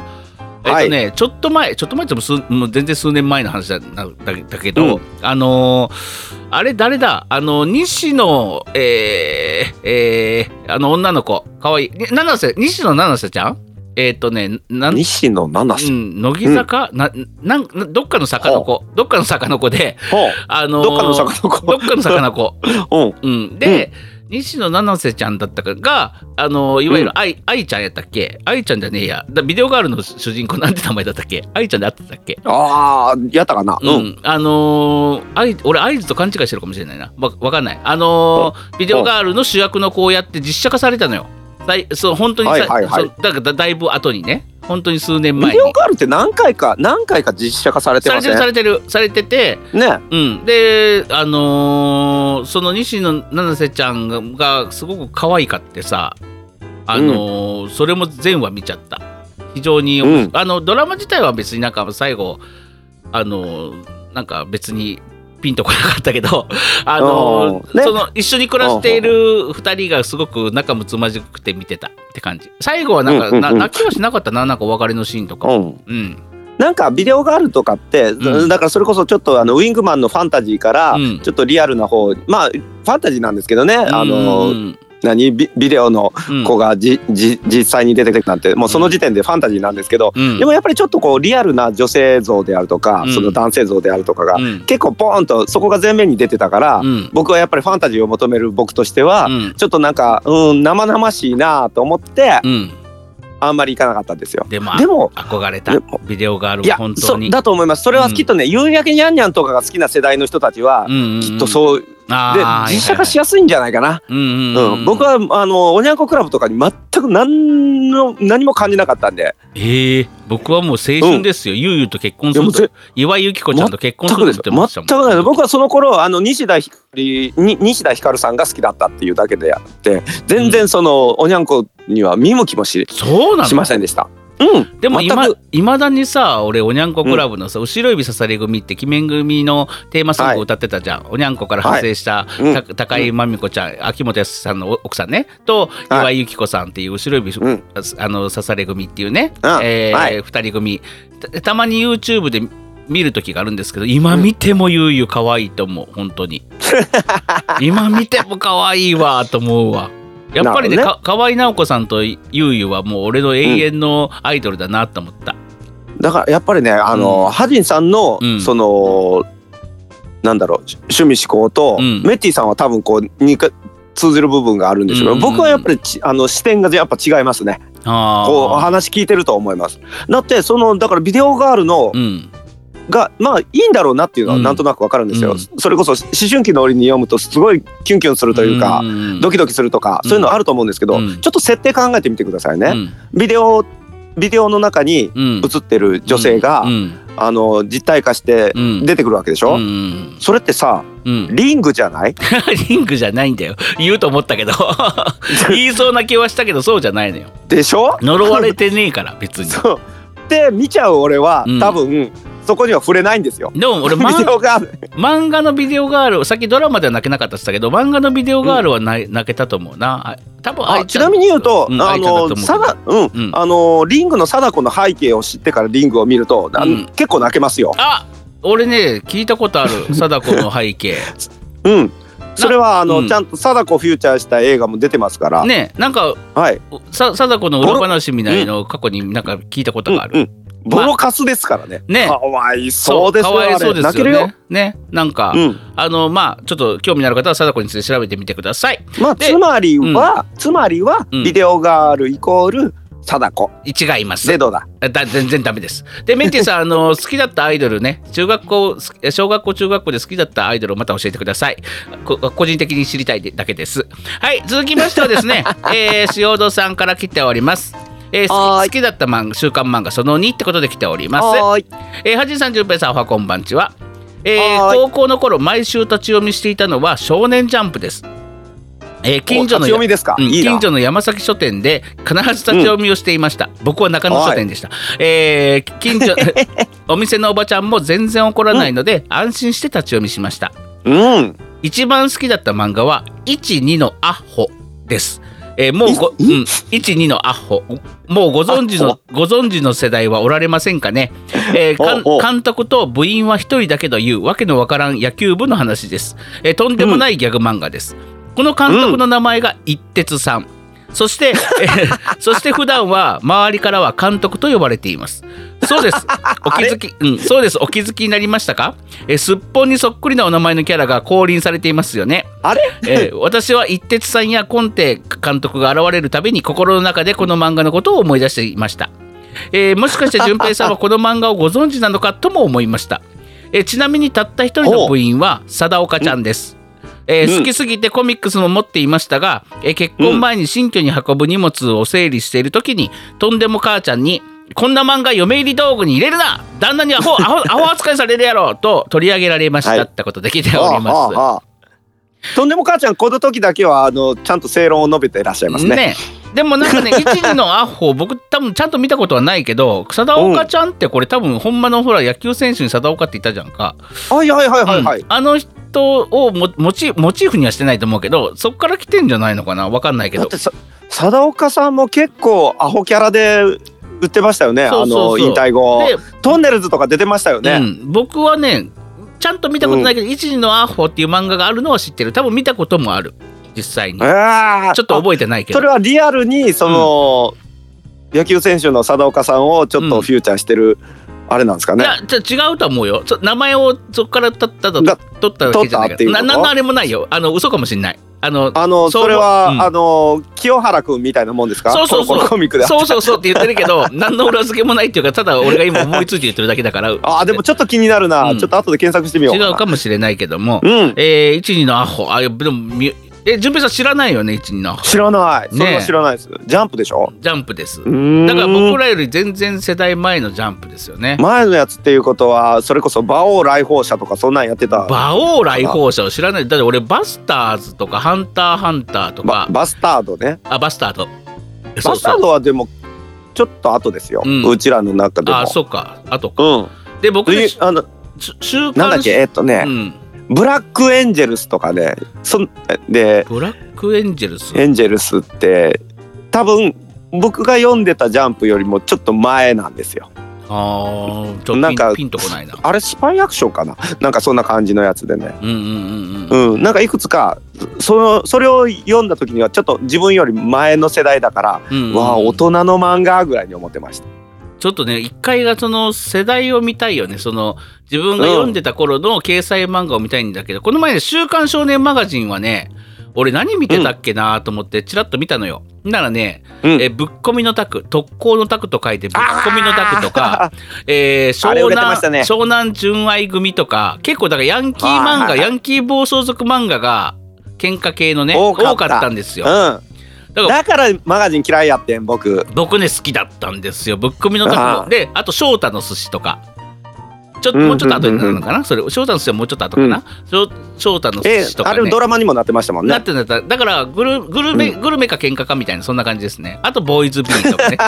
[SPEAKER 1] えっとね、ちょっと前ちょっと前ってもう数もう全然数年前の話だなだだけど、
[SPEAKER 2] うん
[SPEAKER 1] あのーあれ誰だあの西野えー、えー、あの女の子かわいいに七瀬西野七瀬ちゃんえっ、とねなん
[SPEAKER 2] 西野七瀬、
[SPEAKER 1] うん、乃木坂、ななんなどっかの坂の子どっかの坂の子で、
[SPEAKER 2] ほう
[SPEAKER 1] あのー
[SPEAKER 2] どっかの坂の子
[SPEAKER 1] どっかの坂の 子、
[SPEAKER 2] うん
[SPEAKER 1] うん、で、西野七瀬ちゃんだったかが、あのーいわゆる愛、愛ちゃんやったっけ愛ちゃんじゃねえやだビデオガールの主人公なんて名前だったっけ愛ちゃんであってたっけ
[SPEAKER 2] ああやったかな
[SPEAKER 1] うん、あのー、愛俺合図と勘違いしてるかもしれないなわわかんないあのービデオガールの主役の子をやって実写化されたのよだいそう本当にさ、
[SPEAKER 2] はいはいは
[SPEAKER 1] そ
[SPEAKER 2] い
[SPEAKER 1] うだからだだいぶ後にね本当に数年
[SPEAKER 2] ビ
[SPEAKER 1] 前
[SPEAKER 2] デオ
[SPEAKER 1] に
[SPEAKER 2] ガールって何回か何回か実写化されて
[SPEAKER 1] さ
[SPEAKER 2] ま
[SPEAKER 1] れて
[SPEAKER 2] せん
[SPEAKER 1] るさ
[SPEAKER 2] ね
[SPEAKER 1] れてるされててうん、であのーその西野七瀬ちゃんががすごく可愛かってさあのーそれも全話見ちゃった非常に、
[SPEAKER 2] うん
[SPEAKER 1] あのドラマ自体は別になんか最後あのーなんか別にピンとこなかったけど あのー
[SPEAKER 2] うんね
[SPEAKER 1] その一緒に暮らしている2人がすごく仲睦まじくて見てたって感じ最後はなんか、
[SPEAKER 2] うんうんうん
[SPEAKER 1] な泣きはしなかったななんかお別れのシーンとか、
[SPEAKER 2] うん
[SPEAKER 1] うん、
[SPEAKER 2] なんかビデオガールとかって、
[SPEAKER 1] うん
[SPEAKER 2] だからそれこそちょっとあのウィングマンのファンタジーから、
[SPEAKER 1] うん
[SPEAKER 2] ちょっとリアルな方まあファンタジーなんですけどね、あの
[SPEAKER 1] うん
[SPEAKER 2] 何ビビデオの
[SPEAKER 1] うん
[SPEAKER 2] 子がじ、じ実際に出てくるなんてもうその時点でファンタジーなんですけど、
[SPEAKER 1] うん
[SPEAKER 2] でもやっぱりちょっとこうリアルな女性像であるとか、
[SPEAKER 1] うん
[SPEAKER 2] その男性像であるとかが、
[SPEAKER 1] うん
[SPEAKER 2] 結構ポーンとそこが前面に出てたから、
[SPEAKER 1] うん
[SPEAKER 2] 僕はやっぱりファンタジーを求める僕としては、
[SPEAKER 1] うん
[SPEAKER 2] ちょっとなんか、うん、生々しいなと思って、
[SPEAKER 1] うん
[SPEAKER 2] あんまり行かなかったんですよ。
[SPEAKER 1] でも
[SPEAKER 2] でも、
[SPEAKER 1] 憧れた
[SPEAKER 2] でも
[SPEAKER 1] ビデオガー
[SPEAKER 2] い
[SPEAKER 1] ルは
[SPEAKER 2] や
[SPEAKER 1] 本当
[SPEAKER 2] そ
[SPEAKER 1] に
[SPEAKER 2] だと思います。それはきっとね、夕焼けにゃんにゃんとかが好きな世代の人たちは、
[SPEAKER 1] うんうんうん
[SPEAKER 2] きっとそうで
[SPEAKER 1] あー
[SPEAKER 2] 実写化しやすいんじゃないかな、
[SPEAKER 1] うんうん
[SPEAKER 2] う
[SPEAKER 1] うんん、
[SPEAKER 2] 僕はあのおにゃんこクラブとかに全く何の何も感じなかったんで
[SPEAKER 1] ええ僕はもう青春ですよ、ゆうゆうと結婚する
[SPEAKER 2] いや
[SPEAKER 1] と岩井由紀子ちゃんと結婚す
[SPEAKER 2] 全く
[SPEAKER 1] る
[SPEAKER 2] で
[SPEAKER 1] っ
[SPEAKER 2] す
[SPEAKER 1] て
[SPEAKER 2] 全く
[SPEAKER 1] 思
[SPEAKER 2] ない
[SPEAKER 1] ってたもん
[SPEAKER 2] です僕はその頃あの西田ひかりに西田ひかるさんが好きだったっていうだけであって全然その、おにゃんこには見向きもし
[SPEAKER 1] そうな
[SPEAKER 2] しま
[SPEAKER 1] の
[SPEAKER 2] せんでしたうん
[SPEAKER 1] でも
[SPEAKER 2] 全く
[SPEAKER 1] 今いまだにさ俺おにゃんこクラブのさ、後ろ指ささり組って鬼面組のテーマソングを歌ってたじゃん、おにゃんこから派生した、
[SPEAKER 2] うん
[SPEAKER 1] た高井真美子ちゃん、秋元康さんの奥さんねと
[SPEAKER 2] はい
[SPEAKER 1] 岩井由紀子さんっていう後ろ指、
[SPEAKER 2] うん
[SPEAKER 1] あの刺され組っていうね、
[SPEAKER 2] うん
[SPEAKER 1] えー
[SPEAKER 2] はい
[SPEAKER 1] 2人組たたまに YouTube で見る時があるんですけど今見てもゆうゆう可愛いと思う本当 に今見ても可愛いわと思うわやっぱりね
[SPEAKER 2] なる
[SPEAKER 1] か河合直子さんとゆうゆうはもう俺の永遠のアイドルだなと思った、
[SPEAKER 2] だからやっぱりねあの、ハジンさんの、
[SPEAKER 1] うん
[SPEAKER 2] そのなんだろう趣味思考と、
[SPEAKER 1] うん
[SPEAKER 2] メッティさんは多分こうにか通ずる部分があるんですけど、
[SPEAKER 1] うん
[SPEAKER 2] 僕はやっぱりちあの視点がやっぱ違いますね
[SPEAKER 1] あー
[SPEAKER 2] こうお話聞いてると思いますだってそのだからビデオガールの、
[SPEAKER 1] うん
[SPEAKER 2] がまあいいんだろうなっていうのは
[SPEAKER 1] うん
[SPEAKER 2] なんとなくわかるんですよ、
[SPEAKER 1] うん
[SPEAKER 2] それこそ思春期の折に読むとすごいキュンキュンするというか、
[SPEAKER 1] ん
[SPEAKER 2] ドキドキするとか、そういうのあると思うんですけど、
[SPEAKER 1] うん
[SPEAKER 2] ちょっと設定考えてみてください
[SPEAKER 1] う
[SPEAKER 2] ね、
[SPEAKER 1] ん
[SPEAKER 2] ビデオビデオの中に
[SPEAKER 1] うん
[SPEAKER 2] 映ってる女性が、
[SPEAKER 1] うん
[SPEAKER 2] あの実体化して
[SPEAKER 1] うん
[SPEAKER 2] 出てくるわけでしょ、
[SPEAKER 1] うん
[SPEAKER 2] それってさ
[SPEAKER 1] うん
[SPEAKER 2] リングじゃない
[SPEAKER 1] リングじゃないんだよ言うと思った けど言いそうな気はしたけどそうじゃないのよ
[SPEAKER 2] でしょ
[SPEAKER 1] 呪われてねえから別に
[SPEAKER 2] そうで見ちゃう俺は、
[SPEAKER 1] うん
[SPEAKER 2] 多分そこには触れないんですよ。
[SPEAKER 1] でも俺
[SPEAKER 2] ビ
[SPEAKER 1] マン
[SPEAKER 2] デオが
[SPEAKER 1] 漫画のビデオガールさっきドラマでは泣けなかったっつったけど漫画のビデオガールは泣,、泣けたと思うなあ多分
[SPEAKER 2] あ
[SPEAKER 1] 愛
[SPEAKER 2] ち
[SPEAKER 1] ちゃ
[SPEAKER 2] なんみに言うと、
[SPEAKER 1] うん
[SPEAKER 2] あ
[SPEAKER 1] 愛ちゃんだと思う
[SPEAKER 2] の
[SPEAKER 1] けど
[SPEAKER 2] サダうん、
[SPEAKER 1] うん
[SPEAKER 2] あのリングの貞子の背景を知ってからリングを見ると、あ
[SPEAKER 1] うん
[SPEAKER 2] 結構泣けますよ。
[SPEAKER 1] あ俺ね聞いたことあ る貞子の背景
[SPEAKER 2] うん。それはあの、
[SPEAKER 1] うん
[SPEAKER 2] ちゃんと貞子をフューチャーした映画も出てますから、
[SPEAKER 1] ねなんか
[SPEAKER 2] はい。
[SPEAKER 1] さ貞子の裏話みたいの過去になんか聞いたことがある、
[SPEAKER 2] うんうんボロカスですからね。
[SPEAKER 1] ね
[SPEAKER 2] かわいそうです
[SPEAKER 1] か
[SPEAKER 2] よ。
[SPEAKER 1] わいそうで
[SPEAKER 2] あれ泣
[SPEAKER 1] す
[SPEAKER 2] け
[SPEAKER 1] よ
[SPEAKER 2] るよ
[SPEAKER 1] ね。ねなんか、
[SPEAKER 2] うん。
[SPEAKER 1] あのまあちょっと興味のある方は貞子について調べてみてください
[SPEAKER 2] まあ
[SPEAKER 1] で
[SPEAKER 2] つまりは、つまりは、
[SPEAKER 1] うん
[SPEAKER 2] ビデオガールイコール貞子
[SPEAKER 1] 違います
[SPEAKER 2] でどうだ。
[SPEAKER 1] だ全然ダメです。でメンティさんあの 好きだったアイドルね中学校す小学校中学校で好きだったアイドルをまた教えてください。こ個人的に知りたいでだけです。はい続きましてはです ね、えー、塩戸さんから来ております。えー好
[SPEAKER 2] はー
[SPEAKER 1] き好き
[SPEAKER 2] い
[SPEAKER 1] だった漫画週刊漫画その2ってことで来ております。
[SPEAKER 2] はーい。
[SPEAKER 1] えー、はじさんじゅんぺいさんおはこんばんちは。えー
[SPEAKER 2] はーい
[SPEAKER 1] 高校の頃毎週立ち読みしていたのは「少年ジャンプ」です。えー近所の
[SPEAKER 2] お立ち読みですか
[SPEAKER 1] うん
[SPEAKER 2] いいな
[SPEAKER 1] 近所の山崎書店で必ず立ち読みをしていました、僕は中野書店でした、えー近所 お店のおばちゃんも全然怒らないので、安心して立ち読みしました
[SPEAKER 2] うん。
[SPEAKER 1] 一番好きだった漫画は12のアホです。えーもうご、うん、12のアホ。もうご存知
[SPEAKER 2] ア
[SPEAKER 1] の、ご存知の世代はおられませんかね。えーかん
[SPEAKER 2] おお
[SPEAKER 1] 監督と部員は一人だけど言う、わけのわからん野球部の話です。えーとんでもないギャグ漫画です。この監督の名前が一徹さん。そして、えーそして普段は周りからは監督と呼ばれています。そうです。お気づき、うん、そうです。お気づきになりましたか。えーすっぽんにそっくりなお名前のキャラが降臨されていますよね。
[SPEAKER 2] あれ？
[SPEAKER 1] えー私は一徹さんやコンテ監督が現れるたびに心の中でこの漫画のことを思い出していました、えーもしかして淳平さんはこの漫画をご存知なのかとも思いました、えーちなみにたった一人の部員は貞岡ちゃんです、えー
[SPEAKER 2] うん
[SPEAKER 1] 好きすぎてコミックスも持っていましたが、えー結婚前に新居に運ぶ荷物を整理している時に、とんでも母ちゃんに「こんな漫画嫁入り道具に入れるな旦那にアホアホアホ扱いされるやろ!」と取り上げられました、
[SPEAKER 2] はい
[SPEAKER 1] ってことで来ております。
[SPEAKER 2] ああああとんでも母ちゃんこの時だけはあのちゃんと正論を述べていらっしゃいますね。
[SPEAKER 1] でもなんかね一時のアホ僕多分ちゃんと見たことはないけど貞岡ちゃんってこれ多分ほんまのほら野球選手に貞岡っていたじゃんか、
[SPEAKER 2] はいはいはいはいはい。
[SPEAKER 1] うんあの人をもモチモチーフにはしてないと思うけどそっから来てんじゃないのかなわかんないけ
[SPEAKER 2] だ
[SPEAKER 1] ど
[SPEAKER 2] ってさ貞岡さんも結構アホキャラで売ってましたよね。
[SPEAKER 1] そうそうそう
[SPEAKER 2] あの引退後
[SPEAKER 1] で、
[SPEAKER 2] トンネルズとか出てましたよ
[SPEAKER 1] う
[SPEAKER 2] ね。
[SPEAKER 1] ん、僕はねちゃんと見たことないけど「一時のアホ」っていう漫画があるのは知ってる多分見たこともある実際に
[SPEAKER 2] ええー
[SPEAKER 1] ちょっと覚えてないけど
[SPEAKER 2] それはリアルにその、野球選手の貞岡さんをちょっとフューチャーしてるあれなんですか
[SPEAKER 1] い
[SPEAKER 2] ね
[SPEAKER 1] やじゃあ違うとは思うよそ名前をそこから取ったと
[SPEAKER 2] が
[SPEAKER 1] 取ったわけじゃないけど
[SPEAKER 2] 取ったっていうこ
[SPEAKER 1] な
[SPEAKER 2] と
[SPEAKER 1] なんのあれもないよあの嘘かもしんないあの
[SPEAKER 2] あの
[SPEAKER 1] そう
[SPEAKER 2] それは、
[SPEAKER 1] うん
[SPEAKER 2] あの清原君みたいなもんですか
[SPEAKER 1] そうそうそう
[SPEAKER 2] コロコロコミックで
[SPEAKER 1] そうそうそうって言ってるけ ど何の裏付けもないっていうかただ俺が今思いついて言ってるだけだから
[SPEAKER 2] あでもちょっと気になるな、
[SPEAKER 1] うん
[SPEAKER 2] ちょっと後で検索してみよう
[SPEAKER 1] 違うかもしれないけども、
[SPEAKER 2] うん
[SPEAKER 1] えー、12のアホあいやでもみえ順平さん知らないよね12のアホ
[SPEAKER 2] 知らない
[SPEAKER 1] ねえ
[SPEAKER 2] それは知らないです、ジャンプでしょ
[SPEAKER 1] ジャンプです
[SPEAKER 2] うーん
[SPEAKER 1] だから僕らより全然世代前のジャンプですよね
[SPEAKER 2] 前のやつっていうことはそれこそ馬王来訪者とかそんなんやってた
[SPEAKER 1] 馬王来訪者を知らないだって俺バスターズとかハンターハンターと
[SPEAKER 2] バ
[SPEAKER 1] か
[SPEAKER 2] バスタードね
[SPEAKER 1] あバスタードそ
[SPEAKER 2] バ
[SPEAKER 1] う
[SPEAKER 2] スタ
[SPEAKER 1] そう
[SPEAKER 2] ードはでもちょっと後ですよ、
[SPEAKER 1] う
[SPEAKER 2] うんちらの中でも
[SPEAKER 1] あそうかあとか
[SPEAKER 2] うん
[SPEAKER 1] で僕
[SPEAKER 2] で
[SPEAKER 1] ね
[SPEAKER 2] あの
[SPEAKER 1] し週刊誌
[SPEAKER 2] なんだっけえっとね
[SPEAKER 1] う、ん、
[SPEAKER 2] ブラックエンジェルスとかねそんで
[SPEAKER 1] ブラックエンジェルス
[SPEAKER 2] エンジェルスって多分僕が読んでたジャンプよりもちょっと前なんですよ
[SPEAKER 1] あーちょっ
[SPEAKER 2] なん
[SPEAKER 1] とピ
[SPEAKER 2] か
[SPEAKER 1] ンピンとこないな
[SPEAKER 2] あれスパイアクションかななんかそんな感じのやつでね
[SPEAKER 1] うんうんうんうん
[SPEAKER 2] うん、なんかいくつかそのそれを読んだ時にはちょっと自分より前の世代だから、
[SPEAKER 1] うんうんうん
[SPEAKER 2] わあ大人の漫画ぐらいに思ってました
[SPEAKER 1] ちょっとね一回がその世代を見たいよねその自分が読んでた頃の掲載漫画を見たいんだけど、この前ね「週刊少年マガジン」はね俺何見てたっけなと思ってチラッと見たのよ。ならね、
[SPEAKER 2] うん
[SPEAKER 1] えぶっ込みのタク特攻のタクと書いてぶっ込みのタクと か、えー
[SPEAKER 2] あれ
[SPEAKER 1] 湘
[SPEAKER 2] 売れてました
[SPEAKER 1] 南、
[SPEAKER 2] ね
[SPEAKER 1] 湘南純愛組とか結構だからヤンキー
[SPEAKER 2] は
[SPEAKER 1] 漫
[SPEAKER 2] いは
[SPEAKER 1] 画
[SPEAKER 2] いはい
[SPEAKER 1] ヤンキー暴走族漫画が喧嘩系のね
[SPEAKER 2] 多
[SPEAKER 1] 多
[SPEAKER 2] かった
[SPEAKER 1] かったんですよ。
[SPEAKER 2] う
[SPEAKER 1] だ
[SPEAKER 2] ん、
[SPEAKER 1] から
[SPEAKER 2] だからマガジン嫌いやってん僕
[SPEAKER 1] 僕ね好きだったんですよぶっ込みのタ
[SPEAKER 2] あ
[SPEAKER 1] コ
[SPEAKER 2] あ
[SPEAKER 1] であと翔太の寿司とかちょっと
[SPEAKER 2] うん
[SPEAKER 1] もうちょっと後になるのかなそれ翔太の寿司はもうちょっと後かな翔翔太の寿
[SPEAKER 2] え
[SPEAKER 1] 司と
[SPEAKER 2] あ
[SPEAKER 1] か
[SPEAKER 2] れ
[SPEAKER 1] ね
[SPEAKER 2] ドラマにもなってましたもん
[SPEAKER 1] な
[SPEAKER 2] ね
[SPEAKER 1] ってんだったらだからグルグルメグルメか喧嘩かみたいなそんな感じですねあとボーイズビーと かね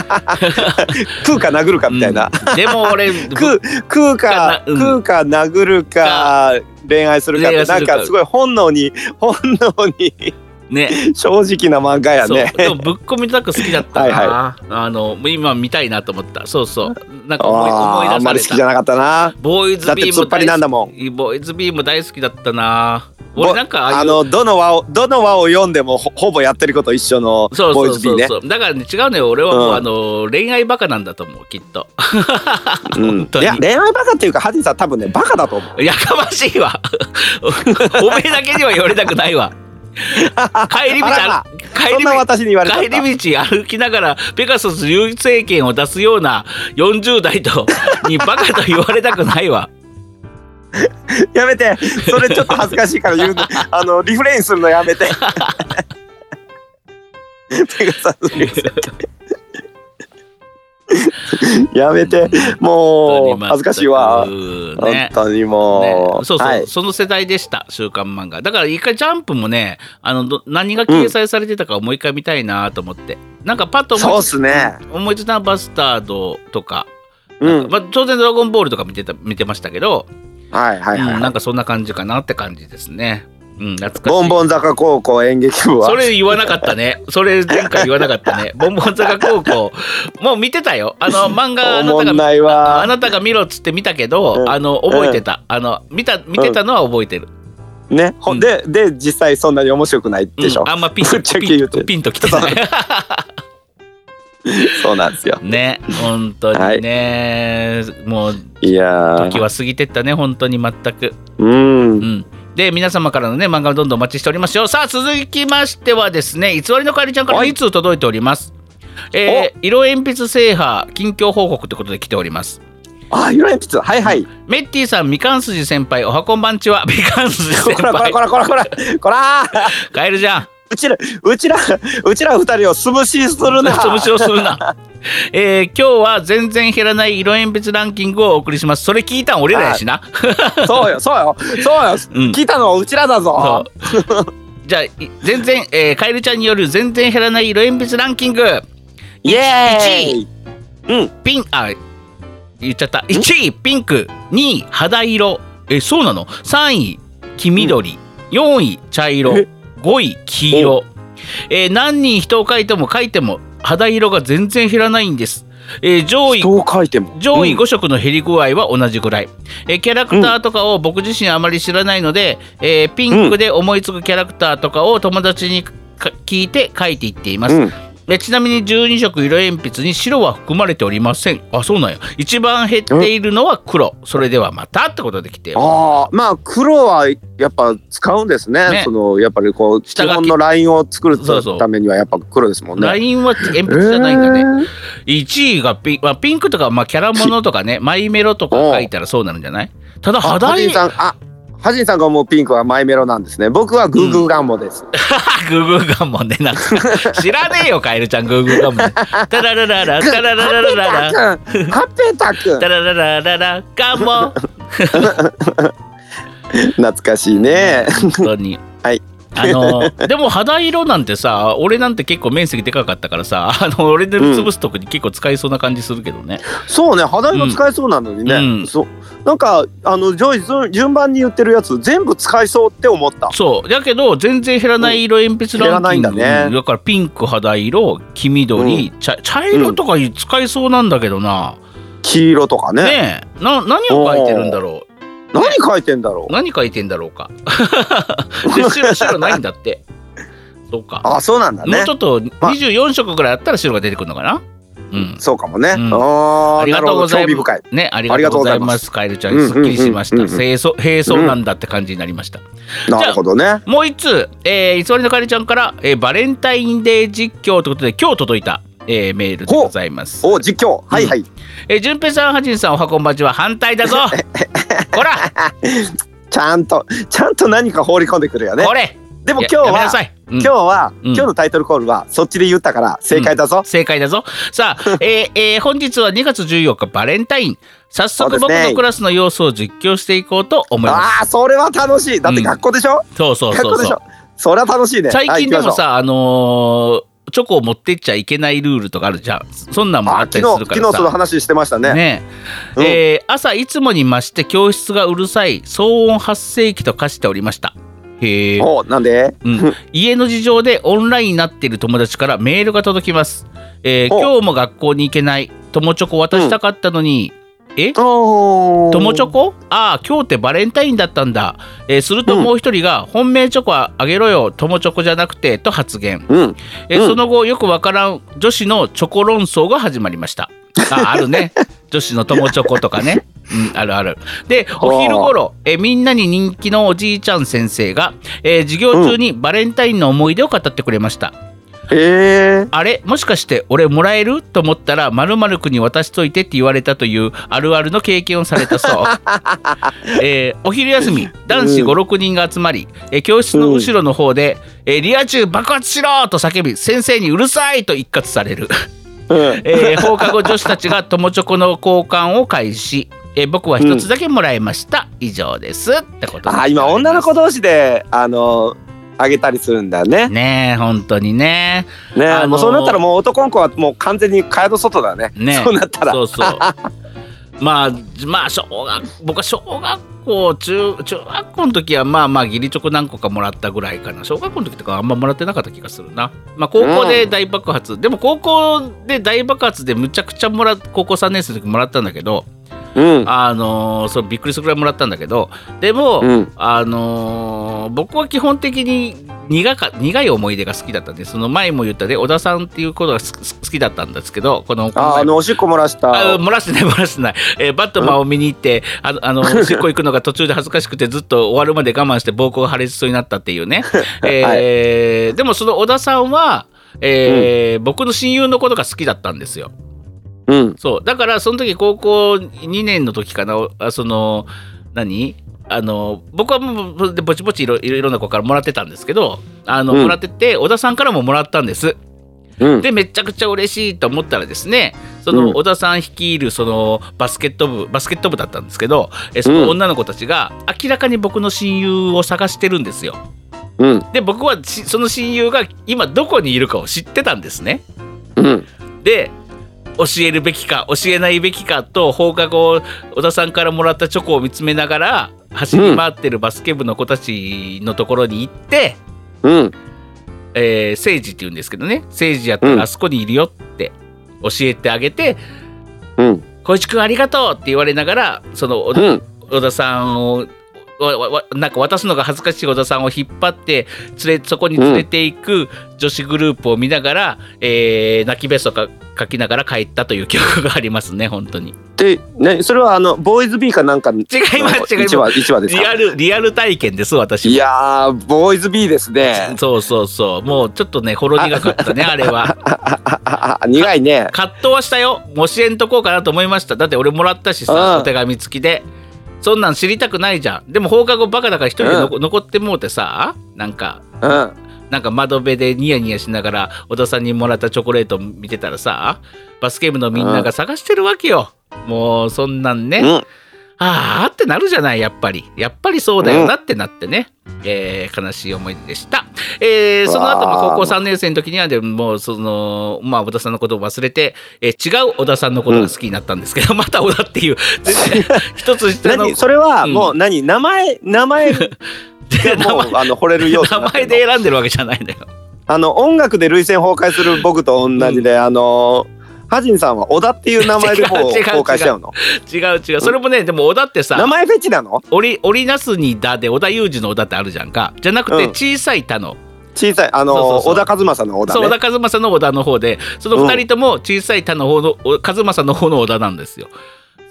[SPEAKER 2] 食うか殴るかみたいな、
[SPEAKER 1] うんでも俺
[SPEAKER 2] 食う食うか、
[SPEAKER 1] うん
[SPEAKER 2] 食うか殴るか恋愛するかっ
[SPEAKER 1] 恋
[SPEAKER 2] て
[SPEAKER 1] 愛す
[SPEAKER 2] なん
[SPEAKER 1] るか
[SPEAKER 2] かすごい本能に本能に
[SPEAKER 1] ね
[SPEAKER 2] 正直な漫画や
[SPEAKER 1] そう
[SPEAKER 2] ね
[SPEAKER 1] でもぶっ込みのタコ好きだったな
[SPEAKER 2] はい
[SPEAKER 1] あのもう今見たいなと思ったそうそうなんか思い思い
[SPEAKER 2] あーあんまり
[SPEAKER 1] 出
[SPEAKER 2] 好
[SPEAKER 1] され
[SPEAKER 2] きじ
[SPEAKER 1] た
[SPEAKER 2] ゃなかったな
[SPEAKER 1] ボーイズ
[SPEAKER 2] だって
[SPEAKER 1] ビー
[SPEAKER 2] 突
[SPEAKER 1] も
[SPEAKER 2] っ張りなんだ
[SPEAKER 1] 大
[SPEAKER 2] もん
[SPEAKER 1] 好きボーイズビーも大好きだったな
[SPEAKER 2] ぼ
[SPEAKER 1] 俺なんかああいう
[SPEAKER 2] あのどの和をどの和を読んでもほほぼやってること一緒の
[SPEAKER 1] そう
[SPEAKER 2] ボ
[SPEAKER 1] そ
[SPEAKER 2] ーイ
[SPEAKER 1] う
[SPEAKER 2] ズビ
[SPEAKER 1] そ
[SPEAKER 2] ー
[SPEAKER 1] う
[SPEAKER 2] ね。
[SPEAKER 1] そう、だからね違うのよ俺はもう、
[SPEAKER 2] うん
[SPEAKER 1] あの恋愛バカなんだと思うきっと
[SPEAKER 2] うん
[SPEAKER 1] 当
[SPEAKER 2] い
[SPEAKER 1] に
[SPEAKER 2] や恋愛バカっていうかハジンさん多分ねバカだと思う。
[SPEAKER 1] やかましいわ おめえだけには言われたくない わ帰り道
[SPEAKER 2] あらま
[SPEAKER 1] あ帰
[SPEAKER 2] そん
[SPEAKER 1] り
[SPEAKER 2] な
[SPEAKER 1] 道
[SPEAKER 2] 私に言われちゃった
[SPEAKER 1] 帰り道歩きながらペガサス優勢権を出すような40代とにバカと言われたくないわ
[SPEAKER 2] やめてそれちょっと恥ずかしいから言 うのあのリフレインするのやめて。ペガサスリフレインやめてもう恥ずかしいわ。
[SPEAKER 1] 本当に
[SPEAKER 2] 本
[SPEAKER 1] ね
[SPEAKER 2] 当に
[SPEAKER 1] ね
[SPEAKER 2] もう、
[SPEAKER 1] そうそう、
[SPEAKER 2] はい
[SPEAKER 1] その世代でした週刊漫画だから一回ジャンプもねあのど何が掲載されてたかをもう一回見たいなと思って、なんかパッと思い
[SPEAKER 2] そうっすね。
[SPEAKER 1] 思いついたのはバスタードとか、
[SPEAKER 2] うん
[SPEAKER 1] まあ、当然「ドラゴンボール」とか見てた見てましたけど、
[SPEAKER 2] はいはいはい、
[SPEAKER 1] うんなんかそんな感じかなって感じですね、うん、懐かしい
[SPEAKER 2] ボンボン坂高校演劇部は
[SPEAKER 1] それ言わなかったねそれ前回言わなかった ねボンボン坂高校もう見てたよあの漫画あ
[SPEAKER 2] お
[SPEAKER 1] な
[SPEAKER 2] も
[SPEAKER 1] た
[SPEAKER 2] ん
[SPEAKER 1] が
[SPEAKER 2] ないわ
[SPEAKER 1] あなたが見ろっつって見たけど、
[SPEAKER 2] うん
[SPEAKER 1] あの覚えてた、あの見た見てたのは覚えてる、
[SPEAKER 2] ね、ほんで、で、実際そんなに面白くないでしょ。
[SPEAKER 1] うんあんまピンと
[SPEAKER 2] ぶっちゃけ
[SPEAKER 1] ピ
[SPEAKER 2] 言
[SPEAKER 1] ン
[SPEAKER 2] うて
[SPEAKER 1] とピンときて ない
[SPEAKER 2] そうなんですよ。
[SPEAKER 1] ね本当にね、もう
[SPEAKER 2] いやー
[SPEAKER 1] 時は過ぎてったね本当に全く
[SPEAKER 2] うん
[SPEAKER 1] う。ん、で皆様からのね漫画をどんどんお待ちしておりますよさあ続きましてはですね偽りのかえりちゃんから
[SPEAKER 2] はい
[SPEAKER 1] 2通届いております、えー色鉛筆制覇近況報告ということで来ております
[SPEAKER 2] あ、色鉛筆、はいはい。
[SPEAKER 1] メッティさんみかん筋先輩おはこんばんちはみ かん筋先
[SPEAKER 2] こらこら
[SPEAKER 1] 輩
[SPEAKER 2] こらこらこら、こらー。
[SPEAKER 1] カエルじゃん
[SPEAKER 2] うちら、うちら、うちら二人を潰しするな。
[SPEAKER 1] 潰しをする なえー今日は全然減らない色鉛筆ランキングをお送りしますそれ聞いたん俺らやしな
[SPEAKER 2] そうよ、そうよ、そうよ。
[SPEAKER 1] うん
[SPEAKER 2] 聞いたのはうちらだぞ。
[SPEAKER 1] そう じゃあい全然、えー、カエルちゃんによる全然減らない色鉛筆ランキング
[SPEAKER 2] イエー
[SPEAKER 1] 一
[SPEAKER 2] イ。うん、
[SPEAKER 1] ピンあ言っちゃった1位ピンク2位肌色えそうなの3位黄緑、4位茶色
[SPEAKER 2] え
[SPEAKER 1] 5位黄色、えー何人人を描いても描いても肌色が全然減らないんです、えー上位
[SPEAKER 2] 人を書いても。
[SPEAKER 1] 上位
[SPEAKER 2] うん
[SPEAKER 1] 5色の減り具合は同じぐらい、えーキャラクターとかを僕自身あまり知らないので、えーピンクで思いつくキャラクターとかを友達にか聞いて書いていっています、
[SPEAKER 2] うん
[SPEAKER 1] えちなみに12色色鉛筆に白は含まれておりませんあそうなんや一番減っているのは黒それではまたってことできて
[SPEAKER 2] ああ、まあ黒はやっぱ使うんですね。
[SPEAKER 1] ね
[SPEAKER 2] そのやっぱりこう基
[SPEAKER 1] 下書き
[SPEAKER 2] 本のラインを作る
[SPEAKER 1] そうそう
[SPEAKER 2] ためにはやっぱ黒ですもんね。
[SPEAKER 1] ラインは鉛
[SPEAKER 2] え
[SPEAKER 1] 筆じゃないんだね、1位がピン,、まあ、ピンクとか、まあ、キャラものとかねマイメロとか書いたらそうなるんじゃないただ
[SPEAKER 2] あ
[SPEAKER 1] 肌
[SPEAKER 2] ハジン
[SPEAKER 1] 色
[SPEAKER 2] さん、あ、ハジンさんが思うピンクはマイメロなんですね。僕はグーグーガンモです。
[SPEAKER 1] グーグーガンもねなんか知らねえよカエルちゃんグーグーガンもタララララタララララララ
[SPEAKER 2] ハペタ君、ハペタ君
[SPEAKER 1] タ、ラララララガンも
[SPEAKER 2] 懐かしいね。
[SPEAKER 1] 本当に
[SPEAKER 2] はい
[SPEAKER 1] あのでも肌色なんてさ俺なんて結構面積でかかったからさあの俺で潰すとこに結構使いそうな感じするけどね、
[SPEAKER 2] そうね、肌色使えそうなのにね。
[SPEAKER 1] うん
[SPEAKER 2] そう、なんかあの上位順順番に言ってるやつ全部使えそうって思った。
[SPEAKER 1] そうだけど全然減らない色鉛筆ランキング
[SPEAKER 2] 減らないんだね
[SPEAKER 1] からピンク肌色黄緑、茶茶色とか使いそうなんだけどな、
[SPEAKER 2] 黄色とかね。
[SPEAKER 1] ねえな何を書いてるんだろう
[SPEAKER 2] 何書いてんだろう。
[SPEAKER 1] 何書いてんだろうかで白白ないんだってそうか
[SPEAKER 2] あ、そうなんだ
[SPEAKER 1] も
[SPEAKER 2] ね
[SPEAKER 1] うち。ょっと
[SPEAKER 2] まあ
[SPEAKER 1] 24色ぐらいあったら白が出てくるのかなうん
[SPEAKER 2] そうかもね。
[SPEAKER 1] うん
[SPEAKER 2] あ
[SPEAKER 1] あ
[SPEAKER 2] あ、
[SPEAKER 1] り
[SPEAKER 2] な
[SPEAKER 1] が
[SPEAKER 2] る
[SPEAKER 1] とう
[SPEAKER 2] ほ
[SPEAKER 1] ご
[SPEAKER 2] ど。
[SPEAKER 1] ざ
[SPEAKER 2] 興
[SPEAKER 1] い
[SPEAKER 2] 味
[SPEAKER 1] ま
[SPEAKER 2] 深い。
[SPEAKER 1] す。ね、ありがとうございます。カエルちゃん、すっきりしまし
[SPEAKER 2] うん
[SPEAKER 1] た。
[SPEAKER 2] うんうんうん
[SPEAKER 1] 清掃、清掃なんだって感じになりました。
[SPEAKER 2] なるほどね。
[SPEAKER 1] もう一通、えー、偽りのカエルちゃんから、えーバレンタインデー実況ということで、今日届いた、えーメールでございます。
[SPEAKER 2] お、実況。はいはい。
[SPEAKER 1] えー、順平さん、はじんさん、おはこんばんちは反対 だぞこら
[SPEAKER 2] ちゃんと、ちゃんと何か放り込んでくるよね
[SPEAKER 1] こ。れ
[SPEAKER 2] でも
[SPEAKER 1] いや
[SPEAKER 2] 今日
[SPEAKER 1] やめなさ
[SPEAKER 2] は、
[SPEAKER 1] い、うん
[SPEAKER 2] 今日は、
[SPEAKER 1] うん
[SPEAKER 2] 今日のタイトルコールは、そっちで言ったから、正解だぞ。
[SPEAKER 1] 正解だぞさ あ、えーえー本日は2月14日バレンタイン早速
[SPEAKER 2] そう
[SPEAKER 1] 僕
[SPEAKER 2] ですね
[SPEAKER 1] のクラスの様子を実況していこうと思います
[SPEAKER 2] ああ、それは楽しい。だっ
[SPEAKER 1] う
[SPEAKER 2] て
[SPEAKER 1] ん
[SPEAKER 2] 学校でしょ
[SPEAKER 1] そうそう
[SPEAKER 2] 学
[SPEAKER 1] そ
[SPEAKER 2] 校
[SPEAKER 1] う
[SPEAKER 2] で
[SPEAKER 1] そ
[SPEAKER 2] し
[SPEAKER 1] う
[SPEAKER 2] ょそれは楽しいね。
[SPEAKER 1] 最
[SPEAKER 2] はい
[SPEAKER 1] 近
[SPEAKER 2] 行き
[SPEAKER 1] で
[SPEAKER 2] ましょ
[SPEAKER 1] も
[SPEAKER 2] う
[SPEAKER 1] さ、あのーチョコを持ってっちゃいけないルールとかあるじゃんそんなんもあ
[SPEAKER 2] あ
[SPEAKER 1] ったりす
[SPEAKER 2] 昨日
[SPEAKER 1] るか
[SPEAKER 2] 昨日
[SPEAKER 1] ら
[SPEAKER 2] その
[SPEAKER 1] さ
[SPEAKER 2] 話してましたね。
[SPEAKER 1] ね
[SPEAKER 2] うん
[SPEAKER 1] えー朝いつもに増して教室がうるさい騒音発生器と化しておりましたへえ、
[SPEAKER 2] おなんで
[SPEAKER 1] うん、家の事情でオンラインになっている友達からメールが届きます、えー
[SPEAKER 2] お
[SPEAKER 1] 今日も学校に行けない友チョコ渡したかったのに、え
[SPEAKER 2] おー
[SPEAKER 1] 友チョコああ今日ってバレンタインだったんだ、えーするともう一人が、本命チョコはあげろよ友チョコじゃなくてと発言
[SPEAKER 2] うん。
[SPEAKER 1] え
[SPEAKER 2] うん
[SPEAKER 1] その後よくわからん女子のチョコ論争が始まりました。あある ね女子の友チョコとかね。うん、あるあるでお昼頃えみんなに人気のおじいちゃん先生が、えー授業中にバレンタインの思い出を語ってくれました、
[SPEAKER 2] ええ
[SPEAKER 1] あれもしかして俺もらえると思ったら〇〇くんに渡しといてって言われたというあるあるの経験をされた そう、えーお昼休み男子56人が集まり、えー教室の後ろの方で「えーリア充爆発しろ!」と叫び先生に「うるさい!」と一喝される、
[SPEAKER 2] うん。
[SPEAKER 1] え ー放課後女子たちが友チョコの交換を開始、えー僕は一つだけもらいました、以上ですってこと
[SPEAKER 2] あー今女の子同士であのあげたりするんだね。
[SPEAKER 1] ねえ本当にね
[SPEAKER 2] ね、
[SPEAKER 1] あのー
[SPEAKER 2] もうそうなったらもう男の子はもう完全に蚊帳の外だね。
[SPEAKER 1] ね
[SPEAKER 2] そうなったら。
[SPEAKER 1] そうそう まあまあ小学僕は小学校中中学校の時はまあまあ義理チョコ何個かもらったぐらいかな小学校の時とかあんまもらってなかった気がするなまあ高校で大爆発、でも高校で大爆発でむちゃくちゃもら高校3年生の時もらったんだけど
[SPEAKER 2] うん。
[SPEAKER 1] あのーそうびっくりするぐらいもらったんだけどでも、
[SPEAKER 2] うん。
[SPEAKER 1] あのー僕は基本的に苦か苦い思い出が好きだったんでその前も言ったで小田さんっていうことがすす好きだったんですけどこのこの
[SPEAKER 2] あー
[SPEAKER 1] 前
[SPEAKER 2] あのおしっこ漏らした。
[SPEAKER 1] あ漏らしてない漏らしてない、えーバットマンを見に行ってあのあ のおしっこ行くのが途中で恥ずかしくてずっと終わるまで我慢して膀胱が破裂しそうになったっていう ね、えーでもその小田さんは、えー僕の親友のことが好きだったんですよ
[SPEAKER 2] うん。
[SPEAKER 1] そうだからその時高校2年の時かなあその何あの僕はもうぼちぼちいろいろいろんな子からもらってたんですけどあの、
[SPEAKER 2] うん
[SPEAKER 1] もらってて小田さんからももらったんです
[SPEAKER 2] うん。
[SPEAKER 1] でめちゃくちゃ嬉しいと思ったらですねそうの
[SPEAKER 2] ん
[SPEAKER 1] 小田さん率いるそのバスケット部バスケット部だったんですけどえその女の子たちが明らかに僕の親友を探してるんですよ
[SPEAKER 2] うん。
[SPEAKER 1] で僕はしその親友が今どこにいるかを知ってたんですね
[SPEAKER 2] うん。
[SPEAKER 1] で教えるべきか教えないべきかと放課後小田さんからもらったチョコを見つめながら走り回ってるバスケ部の子たちのところに行って、
[SPEAKER 2] うん。
[SPEAKER 1] えー、セイジって言うんですけどね、セイジやった
[SPEAKER 2] うん
[SPEAKER 1] らあそこにいるよって教えてあげて、
[SPEAKER 2] うん。
[SPEAKER 1] 小石くんありがとうって言われながら、その小田,、
[SPEAKER 2] うん。
[SPEAKER 1] さんをわわわなんか渡すのが恥ずかしい小田さんを引っ張って連れそこに連れていく女子グループを見ながら、えー泣きべそか書きながら帰ったという記憶がありますね本当に
[SPEAKER 2] で、ね、それはあのボーイズビーかなんか違い
[SPEAKER 1] います違います
[SPEAKER 2] 一話一話です
[SPEAKER 1] リ
[SPEAKER 2] か
[SPEAKER 1] アルリアル体験です私も
[SPEAKER 2] いやーボーイズビーです ね
[SPEAKER 1] そうそうそうもうちょっとねほろ苦かったねあれは
[SPEAKER 2] あ苦いね
[SPEAKER 1] 葛藤はしたよ教えんとこうかなと思いましただって俺もらったし
[SPEAKER 2] う
[SPEAKER 1] さ
[SPEAKER 2] ん
[SPEAKER 1] お手紙付きでそんなん知りたくないじゃんでも放課後バカだから一人でのこ残ってもうてさなんか
[SPEAKER 2] うん
[SPEAKER 1] なんか窓辺でニヤニヤしながら小田さんにもらったチョコレート見てたらさバスケ部のみんなが探してるわけよもうそんなんね、
[SPEAKER 2] うん
[SPEAKER 1] あーってなるじゃないやっぱりやっぱりそうだよなってなってね、えー悲しい思い出でした、えーその後
[SPEAKER 2] わ
[SPEAKER 1] も
[SPEAKER 2] ー
[SPEAKER 1] 高校3年生の時にはでももうそのまあ小田さんのことを忘れて、えー違う小田さんのことが好きになったんですけど、ま た小田っていう全然一つ下の
[SPEAKER 2] 何それはもう何、名前 名前がもうあの惚れるようにな
[SPEAKER 1] 名
[SPEAKER 2] って
[SPEAKER 1] 前
[SPEAKER 2] るの
[SPEAKER 1] で選んでるわけじゃないんだよ
[SPEAKER 2] あの音楽で涙腺崩壊する僕と同じで、あのハジンさんは小田っていう名前でも
[SPEAKER 1] 違う違う違
[SPEAKER 2] う
[SPEAKER 1] う
[SPEAKER 2] 崩壊しちゃうの
[SPEAKER 1] 違う違うそれもねでも小田ってさ
[SPEAKER 2] 名前フェチなの
[SPEAKER 1] 織り織りなすにだで織田裕二の織田ってあるじゃんかじゃなくて
[SPEAKER 2] うん
[SPEAKER 1] 小さい田の、
[SPEAKER 2] 小さいあの
[SPEAKER 1] そうそうそう
[SPEAKER 2] 小田和正の小田
[SPEAKER 1] そう
[SPEAKER 2] ね
[SPEAKER 1] 小田和正の織田の方でその2人とも小さい田の方の、お和正の方の織田なんですよ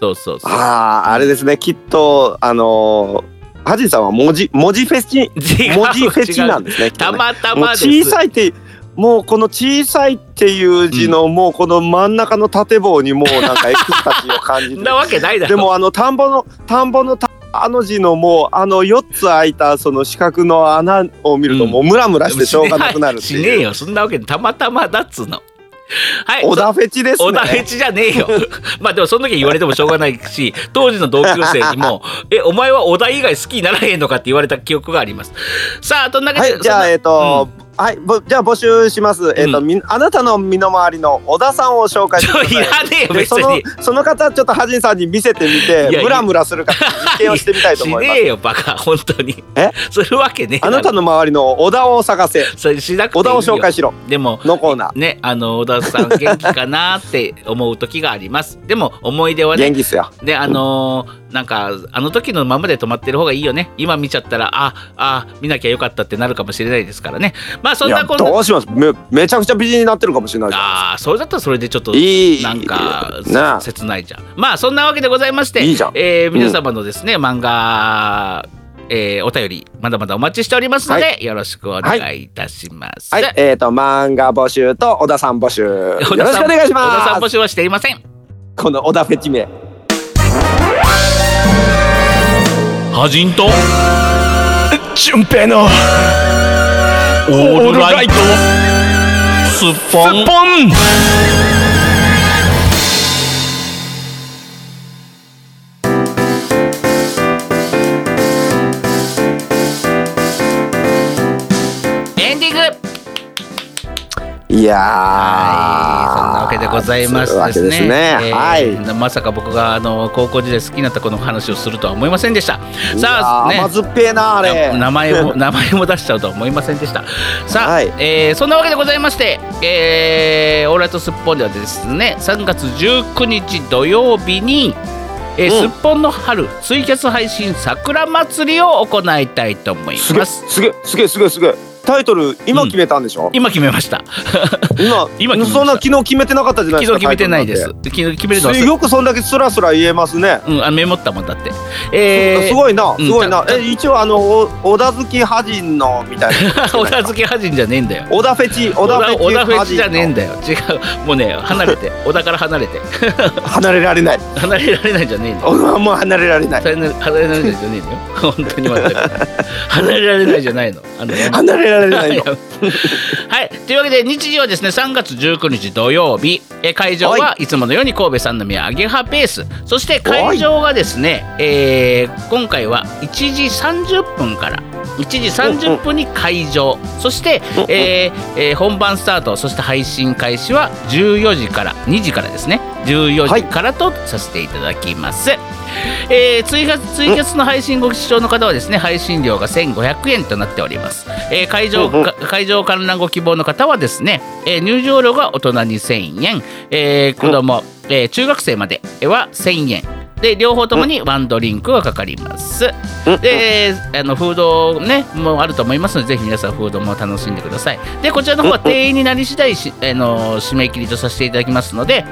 [SPEAKER 1] そうそうそう
[SPEAKER 2] あああれですねきっとあのハジンさんは文字文字フェチ
[SPEAKER 1] 違う
[SPEAKER 2] 文字フェチな
[SPEAKER 1] 違
[SPEAKER 2] ん
[SPEAKER 1] う
[SPEAKER 2] ですねきっと
[SPEAKER 1] た
[SPEAKER 2] ね
[SPEAKER 1] また
[SPEAKER 2] もう
[SPEAKER 1] まです
[SPEAKER 2] 小さいってもうこの小さいっていう字の、もうこの真ん中の縦棒にもうなんかエクスタシーを感
[SPEAKER 1] そ
[SPEAKER 2] じ
[SPEAKER 1] ん
[SPEAKER 2] て
[SPEAKER 1] なわけないだろ
[SPEAKER 2] でもあの田んぼの田んぼのたあの字のもうあの4つ開いたその四角の穴を見ると
[SPEAKER 1] うん
[SPEAKER 2] もうムラムラしてしょうがなくなるって
[SPEAKER 1] しねえしねえ
[SPEAKER 2] いう、
[SPEAKER 1] よそんなわけたまたまだっつうのはい
[SPEAKER 2] 小田フェチですね
[SPEAKER 1] 小田フェチじゃねえよ まあでもその時言われてもしょうがないし 当時の同級生にも「えお前は小田以外好きにならへんのか?」って言われた記憶がありますさあどんな
[SPEAKER 2] はいじゃあえっ、と、はいぼじゃあ募集します、えっと
[SPEAKER 1] う
[SPEAKER 2] みあなたの身の回りの小田さんを紹介し
[SPEAKER 1] ち
[SPEAKER 2] て
[SPEAKER 1] ょ
[SPEAKER 2] く
[SPEAKER 1] い
[SPEAKER 2] ださ
[SPEAKER 1] らねえよ
[SPEAKER 2] いで
[SPEAKER 1] 別
[SPEAKER 2] その
[SPEAKER 1] に
[SPEAKER 2] その方ちょっとハジンさんに見せてみ
[SPEAKER 1] いや
[SPEAKER 2] てムラムラするか 実験をしてみたいと
[SPEAKER 1] し
[SPEAKER 2] 思い
[SPEAKER 1] ね
[SPEAKER 2] ます
[SPEAKER 1] えよバカ 本当に
[SPEAKER 2] え
[SPEAKER 1] するわけねえ
[SPEAKER 2] あなた
[SPEAKER 1] の
[SPEAKER 2] の周りの小田を探せ
[SPEAKER 1] それしなくてい
[SPEAKER 2] 小
[SPEAKER 1] いよ
[SPEAKER 2] 田を紹介しろ
[SPEAKER 1] でも
[SPEAKER 2] のコーナー
[SPEAKER 1] ねあの小田さん元気かなって思う時があります でも思い出はね
[SPEAKER 2] 元気っすよ
[SPEAKER 1] であのーなんかあの時のままで止まってる方がいいよね今見ちゃったらああ見なきゃよかったってなるかもしれないですからねまあそ
[SPEAKER 2] い
[SPEAKER 1] ん
[SPEAKER 2] や
[SPEAKER 1] なこんな
[SPEAKER 2] どうしますめめちゃくちゃ美人になってるかもしれないじゃん
[SPEAKER 1] ああそれだったらそれでちょっと
[SPEAKER 2] いい
[SPEAKER 1] なんか
[SPEAKER 2] なあ
[SPEAKER 1] せ切ないじゃんまあそんなわけでございまして
[SPEAKER 2] いいじゃん
[SPEAKER 1] えー皆様のですね、漫画、えーお便りまだまだお待ちしておりますので、
[SPEAKER 2] は
[SPEAKER 1] よろしくお願いいたします、
[SPEAKER 2] はい、えっ、と漫画募集と小田さん募集よ
[SPEAKER 1] 小
[SPEAKER 2] ろしくお
[SPEAKER 1] 田さん
[SPEAKER 2] 願い
[SPEAKER 1] 小田
[SPEAKER 2] し
[SPEAKER 1] さん
[SPEAKER 2] ま
[SPEAKER 1] 募
[SPEAKER 2] す。
[SPEAKER 1] 集はしていません
[SPEAKER 2] この小田フェチ名。
[SPEAKER 1] はじんと
[SPEAKER 4] 純平のオールライト
[SPEAKER 1] スッ
[SPEAKER 4] ポンポン
[SPEAKER 1] エンディング
[SPEAKER 2] いやー、
[SPEAKER 1] はい、そんなわけでございま
[SPEAKER 2] そ
[SPEAKER 1] す
[SPEAKER 2] うわけですね。
[SPEAKER 1] えー
[SPEAKER 2] はい。
[SPEAKER 1] まさか僕があの高校時代好きになった子の話をするとは思いませんでした。さあ、
[SPEAKER 2] い
[SPEAKER 1] ね
[SPEAKER 2] やー甘。酸っぱいなあれ。
[SPEAKER 1] 名前も 名前も出しちゃうとは思いませんでしたさあ、
[SPEAKER 2] はい
[SPEAKER 1] えーそんなわけでございまして、えーオーライトスッポンではですね3月19日土曜日に、えー
[SPEAKER 2] う
[SPEAKER 1] すっ
[SPEAKER 2] ん
[SPEAKER 1] ぽんの春ツイキャス配信桜祭りを行いたいと思い
[SPEAKER 2] すげ
[SPEAKER 1] ま
[SPEAKER 2] え
[SPEAKER 1] す
[SPEAKER 2] すげえすげえすげえすげえ。タイトル今決めたんでしょ？
[SPEAKER 1] 今決めました
[SPEAKER 2] 今
[SPEAKER 1] 今決めました
[SPEAKER 2] そんな昨日決めてなかったじゃない
[SPEAKER 1] 昨
[SPEAKER 2] で
[SPEAKER 1] 日決
[SPEAKER 2] すか。
[SPEAKER 1] めてないです
[SPEAKER 2] タイ
[SPEAKER 1] 昨日決める
[SPEAKER 2] ト
[SPEAKER 1] の
[SPEAKER 2] ルなん
[SPEAKER 1] は
[SPEAKER 2] て。よくそんだけスラスラ言えますね。
[SPEAKER 1] うん、あメモったもんだって。え
[SPEAKER 2] す
[SPEAKER 1] ー、
[SPEAKER 2] ごいな、
[SPEAKER 1] うん
[SPEAKER 2] すごいな。
[SPEAKER 1] た
[SPEAKER 2] え一応あのお小田好き派人のみたいな。
[SPEAKER 1] 小田付け派人じゃねえんだよ。
[SPEAKER 2] 小田フェチ、小
[SPEAKER 1] 小田
[SPEAKER 2] 田フェチ
[SPEAKER 1] 小田フェ
[SPEAKER 2] 派
[SPEAKER 1] チ
[SPEAKER 2] 人
[SPEAKER 1] じゃねえん
[SPEAKER 2] の
[SPEAKER 1] だよ。違う。もうね、離れ て。小田から離れて。
[SPEAKER 2] 離れられない。
[SPEAKER 1] 離れられないじゃねえんだよ。
[SPEAKER 2] 俺はもう離れられない
[SPEAKER 1] 離れ離れられないじゃねえん だよ。本当に全く。離れられないじゃないの。あのやめ
[SPEAKER 2] 離れられない の
[SPEAKER 1] はい、というわけで日時はですね3月19日土曜日えー会場は
[SPEAKER 2] はい
[SPEAKER 1] つものように神戸三宮アゲハベースそして会場がですね、えー今回は1時30分から1時30分に会場そして、えーえー本番スタートそして配信開始は14時から2時からですね14
[SPEAKER 2] は
[SPEAKER 1] 時
[SPEAKER 2] い
[SPEAKER 1] からとさせていただきます。えー、ツイキャスツイキャスの配信ご視聴の方はですね配信料が1500円となっております、えー会場か会場観覧ご希望の方はですね、えー入場料が大人に1000円、えー子供、えー中学生までは1000円で両方ともにワンドリンクがかかります
[SPEAKER 2] うん
[SPEAKER 1] であのフードねもあると思いますのでぜひ皆さんフードも楽しんでくださいでこちらの方は定員になり次第しあの締め切りとさせていただきますので、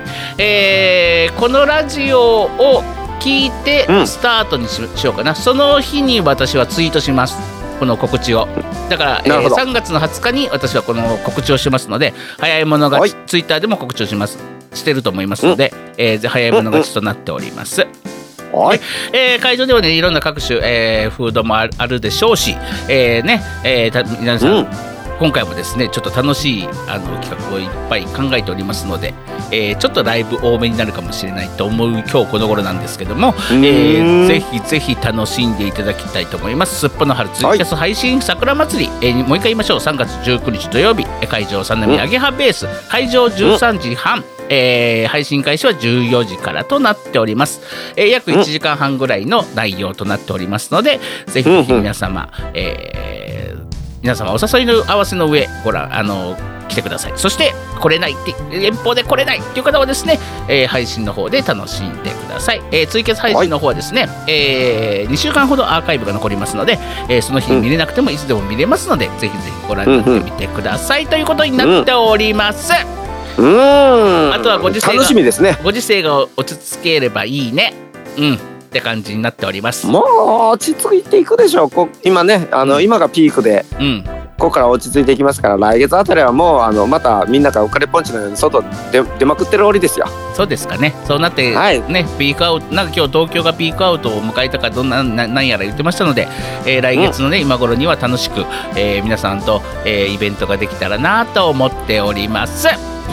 [SPEAKER 1] えーこのラジオを聞いて
[SPEAKER 2] うん
[SPEAKER 1] スタートにししようかなその日に私はツイートしますこの告知をだから、え
[SPEAKER 2] なる
[SPEAKER 1] ー
[SPEAKER 2] ほど
[SPEAKER 1] 3月の20日に私はこの告知をしますので早い者勝ち、
[SPEAKER 2] は
[SPEAKER 1] ツイッターでも告知をしますしてると思いますので、えー早い者勝ちとなっております、
[SPEAKER 2] はい。
[SPEAKER 1] えー会場ではねいろんな各種、えーフードもあるあるでしょうし、えーねえーた皆さん、
[SPEAKER 2] うん
[SPEAKER 1] 今回もですねちょっと楽しいあの企画をいっぱい考えておりますので、えーちょっとライブ多めになるかもしれないと思う今日この頃なんですけども、え
[SPEAKER 2] う
[SPEAKER 1] ー
[SPEAKER 2] ん
[SPEAKER 1] ぜひぜひ楽しんでいただきたいと思います。すっぽの春ツイキャス配信桜祭り、えーもう一回言いましょう3月19日土曜日えー会場三波アゲハベース会場13時半、えー配信開始は14時からとなっております、えー約1時間半ぐらいの内容となっておりますのでぜひぜひ皆様、えー皆様お誘いの合わせの上ご覧あの来てくださいそして来れないって遠方で来れないっていう方はですね、えー配信の方で楽しんでください、えー、ツイキャス配信の方はですね、え2週間ほどアーカイブが残りますので、えーその日に見れなくてもいつでも見れますので、ぜひぜひご覧になってみてください、ということになっております、
[SPEAKER 2] うーん。
[SPEAKER 1] あとはご時世が
[SPEAKER 2] 楽しみですね。
[SPEAKER 1] ご時世が落ち着ければいいねうんって感じになっております
[SPEAKER 2] もう落ち着いていくでしょう。こ今ね、あの、今がピークで、
[SPEAKER 1] うん
[SPEAKER 2] ここから落ち着いていきますから、来月あたりはもう、あの、またみんながお金ポンチのように外出出まくってる折ですよ。
[SPEAKER 1] そうですかね。そうなって、
[SPEAKER 2] はい
[SPEAKER 1] ね、ピークアウト、なんか今日東京がピークアウトを迎えたか、どんな、ななんやら言ってましたので、えー来月のね、今頃には楽しく、えー皆さんと、えーイベントができたらなと思っております。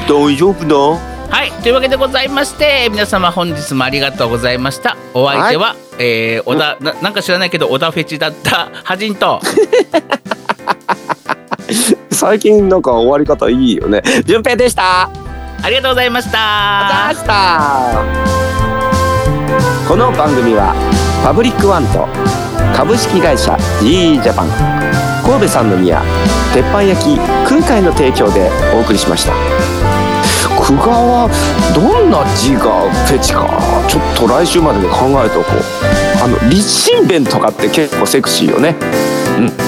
[SPEAKER 2] 大丈夫な
[SPEAKER 1] はい、というわけでございまして、皆様本日もありがとうございました。お相手は、えー、小田、な、なんか知らないけど、小田フェチだった、ハジン と、
[SPEAKER 2] 最近なんか終わり方いいよね。順平でした。
[SPEAKER 1] ありがとうございました。
[SPEAKER 2] 出したこの番組はパブリックワンと株式会社 GE ジャパン神戸三宮鉄板焼き空海の提供でお送りしました久我はどんな字がフェチかちょっと来週までで考えておこうあの立身弁とかって結構セクシーよねうん